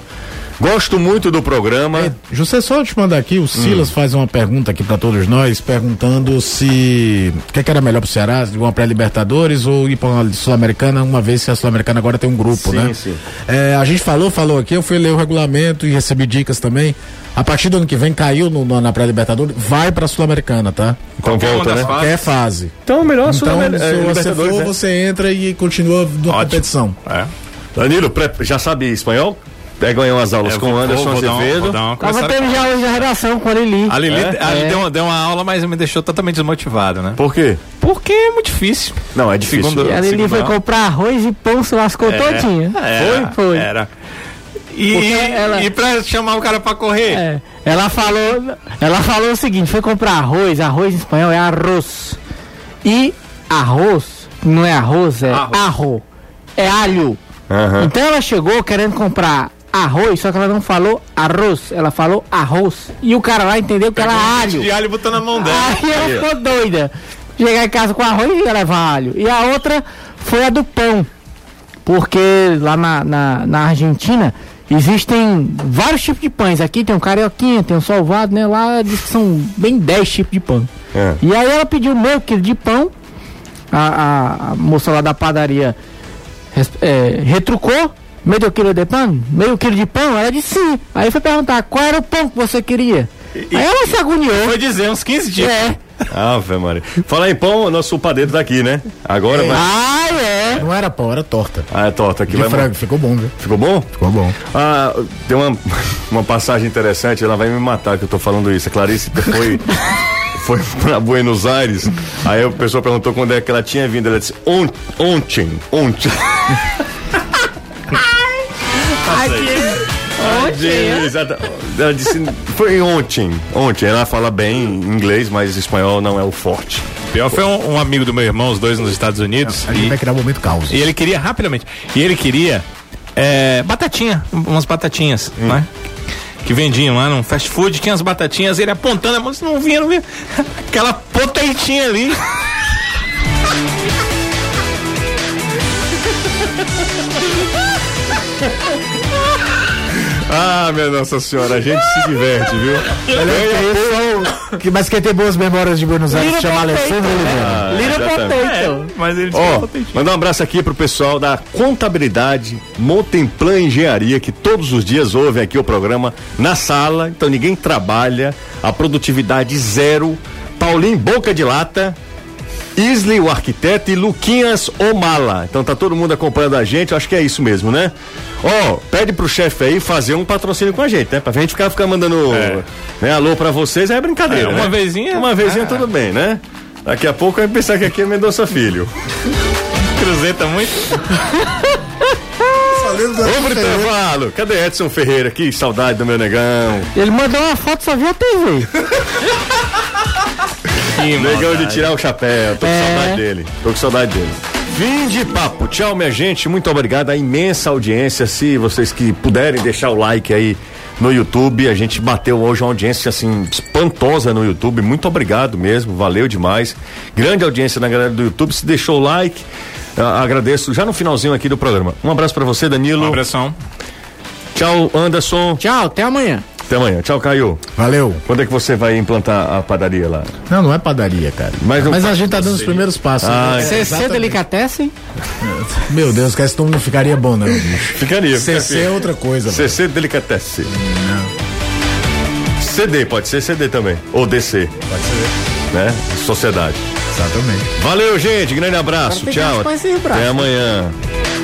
[SPEAKER 4] Gosto muito do programa. Então
[SPEAKER 3] José, só te mandar aqui, o Silas faz uma pergunta aqui pra todos nós, perguntando se o que, que era melhor pro Ceará, se ir uma pré-Libertadores ou ir pra uma Sul-Americana, uma vez que a Sul-Americana agora tem um grupo,
[SPEAKER 4] Sim,
[SPEAKER 3] né?
[SPEAKER 4] sim.
[SPEAKER 3] É, a gente falou, falou aqui, eu fui ler o regulamento e recebi dicas também. A partir do ano que vem caiu no- no- na pré-Libertadores, vai pra Sul-Americana, tá?
[SPEAKER 4] Então
[SPEAKER 6] Qualquer uma
[SPEAKER 4] volta,
[SPEAKER 6] das
[SPEAKER 4] né?
[SPEAKER 6] fases.
[SPEAKER 3] Qualquer fase.
[SPEAKER 4] Então, melhor
[SPEAKER 3] Então, se você
[SPEAKER 4] Sul-Americana.
[SPEAKER 3] for, você entra e continua na competição.
[SPEAKER 6] É.
[SPEAKER 4] Danilo, pré- já sabe espanhol? Pega aí umas aulas
[SPEAKER 6] Eu
[SPEAKER 4] com o
[SPEAKER 6] É, vou-
[SPEAKER 4] Anderson
[SPEAKER 6] vou dar uma-
[SPEAKER 4] Azevedo.
[SPEAKER 6] vou dar uma
[SPEAKER 5] Tava
[SPEAKER 6] conversada
[SPEAKER 5] tendo já hoje a redação com a Lili.
[SPEAKER 6] A Lili,
[SPEAKER 4] É?
[SPEAKER 6] a Lili
[SPEAKER 5] É.
[SPEAKER 6] deu, uma, deu uma aula, mas me deixou totalmente desmotivado, né?
[SPEAKER 4] Por quê?
[SPEAKER 6] Porque é muito difícil.
[SPEAKER 4] Não, é difícil.
[SPEAKER 6] Segundo-
[SPEAKER 5] E a Lili
[SPEAKER 6] segundo
[SPEAKER 5] foi
[SPEAKER 6] ela.
[SPEAKER 5] comprar arroz e pão, se lascou todinha.
[SPEAKER 6] É, Era,
[SPEAKER 5] Foi? Foi.
[SPEAKER 6] Era. E,
[SPEAKER 5] Porque ela-
[SPEAKER 6] e pra chamar o cara pra correr?
[SPEAKER 5] É. Ela falou, ela falou o seguinte, foi comprar arroz, arroz em espanhol é arroz. E arroz não é arroz, é
[SPEAKER 6] Arroz.
[SPEAKER 5] arro. É alho.
[SPEAKER 4] Aham.
[SPEAKER 5] Então ela chegou querendo comprar arroz, só que ela não falou arroz, ela falou arroz. E o cara lá entendeu que
[SPEAKER 6] Pegou
[SPEAKER 5] era
[SPEAKER 6] um
[SPEAKER 5] alho.
[SPEAKER 6] monte De alho botando na mão dela.
[SPEAKER 5] Aí ela
[SPEAKER 4] Aí, ó.
[SPEAKER 5] ficou doida. Chegar em casa com arroz e ia levar alho. E a outra foi a do pão. Porque lá na, na, na Argentina existem vários tipos de pães. Aqui tem um carioquinha, tem um salvado, né? Lá diz que são bem 10 tipos de pão.
[SPEAKER 4] É.
[SPEAKER 5] E aí ela pediu meio quilo de pão. A, a- a moça lá da padaria res- é, retrucou. Meio quilo de pão? Meio quilo de pão? Ela disse sim. Aí foi perguntar qual era o pão que você queria. aí ela se agoniou.
[SPEAKER 6] Foi dizer uns 15 dias.
[SPEAKER 5] É.
[SPEAKER 4] Ave Maria. Falar em pão, o nosso padeiro tá aqui, né? Agora vai.
[SPEAKER 5] Ah, é.
[SPEAKER 3] Não era pau, era torta.
[SPEAKER 4] Ah, é torta aqui.
[SPEAKER 3] De
[SPEAKER 4] Vai...
[SPEAKER 3] frango, ficou bom, viu?
[SPEAKER 4] Ficou bom?
[SPEAKER 3] Ficou bom.
[SPEAKER 4] Ah, tem uma, uma passagem interessante, ela vai me matar que eu tô falando isso. A Clarice foi, foi pra Buenos Aires, aí o pessoal perguntou quando é que ela tinha vindo. Ela disse, "On- ontem, ontem. Exata- Ela disse, foi ontem, ontem. Ela fala bem inglês, mas espanhol não é o forte.
[SPEAKER 6] Pior foi um, um amigo do meu irmão, os dois nos Estados Unidos.
[SPEAKER 3] A gente
[SPEAKER 6] E,
[SPEAKER 3] vai criar um momento caos.
[SPEAKER 6] e ele queria, rapidamente, e ele queria é, batatinha, um- umas batatinhas,
[SPEAKER 4] Hum.
[SPEAKER 6] né? Que vendiam lá num fast food, tinha as batatinhas, ele apontando a mão, disse, não vinha, não vinha. <laughs> Aquela potentinha ali.
[SPEAKER 4] Ah, minha Nossa Senhora, a gente se diverte, viu? é
[SPEAKER 3] Que, mas quem tem boas memórias de Buenos Aires
[SPEAKER 5] Little É.
[SPEAKER 3] chama Alessandro Oliveira.
[SPEAKER 4] Ah,
[SPEAKER 5] Little
[SPEAKER 4] exatamente.
[SPEAKER 5] Potato.
[SPEAKER 6] Mas ele é tinha
[SPEAKER 4] Ó,
[SPEAKER 6] potentinha.
[SPEAKER 4] mandar um abraço aqui pro pessoal da Contabilidade Montemplan Engenharia, que todos os dias ouvem aqui o programa na sala, então ninguém trabalha, a produtividade zero. Paulinho Boca de Lata, Isley, o arquiteto, e Luquinhas Omala. Então tá todo mundo acompanhando a gente, eu acho que é isso mesmo, né? Ó, pede pro chefe aí fazer um patrocínio com a gente, né? Pra gente ficar, ficar mandando né, alô pra vocês, é brincadeira.
[SPEAKER 6] É, uma
[SPEAKER 4] né?
[SPEAKER 6] vezinha?
[SPEAKER 4] Uma vezinha
[SPEAKER 6] Ah.
[SPEAKER 4] tudo bem, né? Daqui a pouco vai pensar que aqui é Mendonça Filho.
[SPEAKER 6] Cruzeta muito.
[SPEAKER 4] Ô, Britavalo, cadê Edson Ferreira aqui? Saudade do meu negão.
[SPEAKER 5] Ele mandou uma foto, só viu a TV.
[SPEAKER 4] Negão de tirar o chapéu, tô com saudade dele. Tô com saudade dele. Fim de papo. Tchau, minha gente. Muito obrigado à imensa audiência. Se vocês que puderem deixar o like aí no YouTube, a gente bateu hoje uma audiência assim espantosa no YouTube. Muito obrigado mesmo, valeu demais. Grande audiência na galera do YouTube. Se deixou o like, ah, agradeço já no finalzinho aqui do programa. Um abraço pra você, Danilo.
[SPEAKER 6] Um abração.
[SPEAKER 4] Tchau, Anderson.
[SPEAKER 5] Tchau, até amanhã.
[SPEAKER 4] Até amanhã. Tchau, Caio.
[SPEAKER 3] Valeu.
[SPEAKER 4] Quando é que você vai implantar a padaria lá?
[SPEAKER 3] Não, não é padaria, cara.
[SPEAKER 4] Mas não-
[SPEAKER 3] a gente tá dando os primeiros passos.
[SPEAKER 4] Ah,
[SPEAKER 3] né?
[SPEAKER 4] é.
[SPEAKER 5] 60 delicatessen.
[SPEAKER 3] Meu Deus, que esse nome não ficaria bom, não. bicho.
[SPEAKER 4] Ficaria. fica
[SPEAKER 3] CC é outra coisa, mano.
[SPEAKER 4] CC Delicatesse. CD, pode ser CD também. Ou DC. Pode ser. Né? Sociedade.
[SPEAKER 3] Exatamente.
[SPEAKER 4] Valeu, gente. Grande abraço.
[SPEAKER 5] Agora tem que
[SPEAKER 4] Tchau.
[SPEAKER 5] raspar esses braços.
[SPEAKER 4] Até amanhã.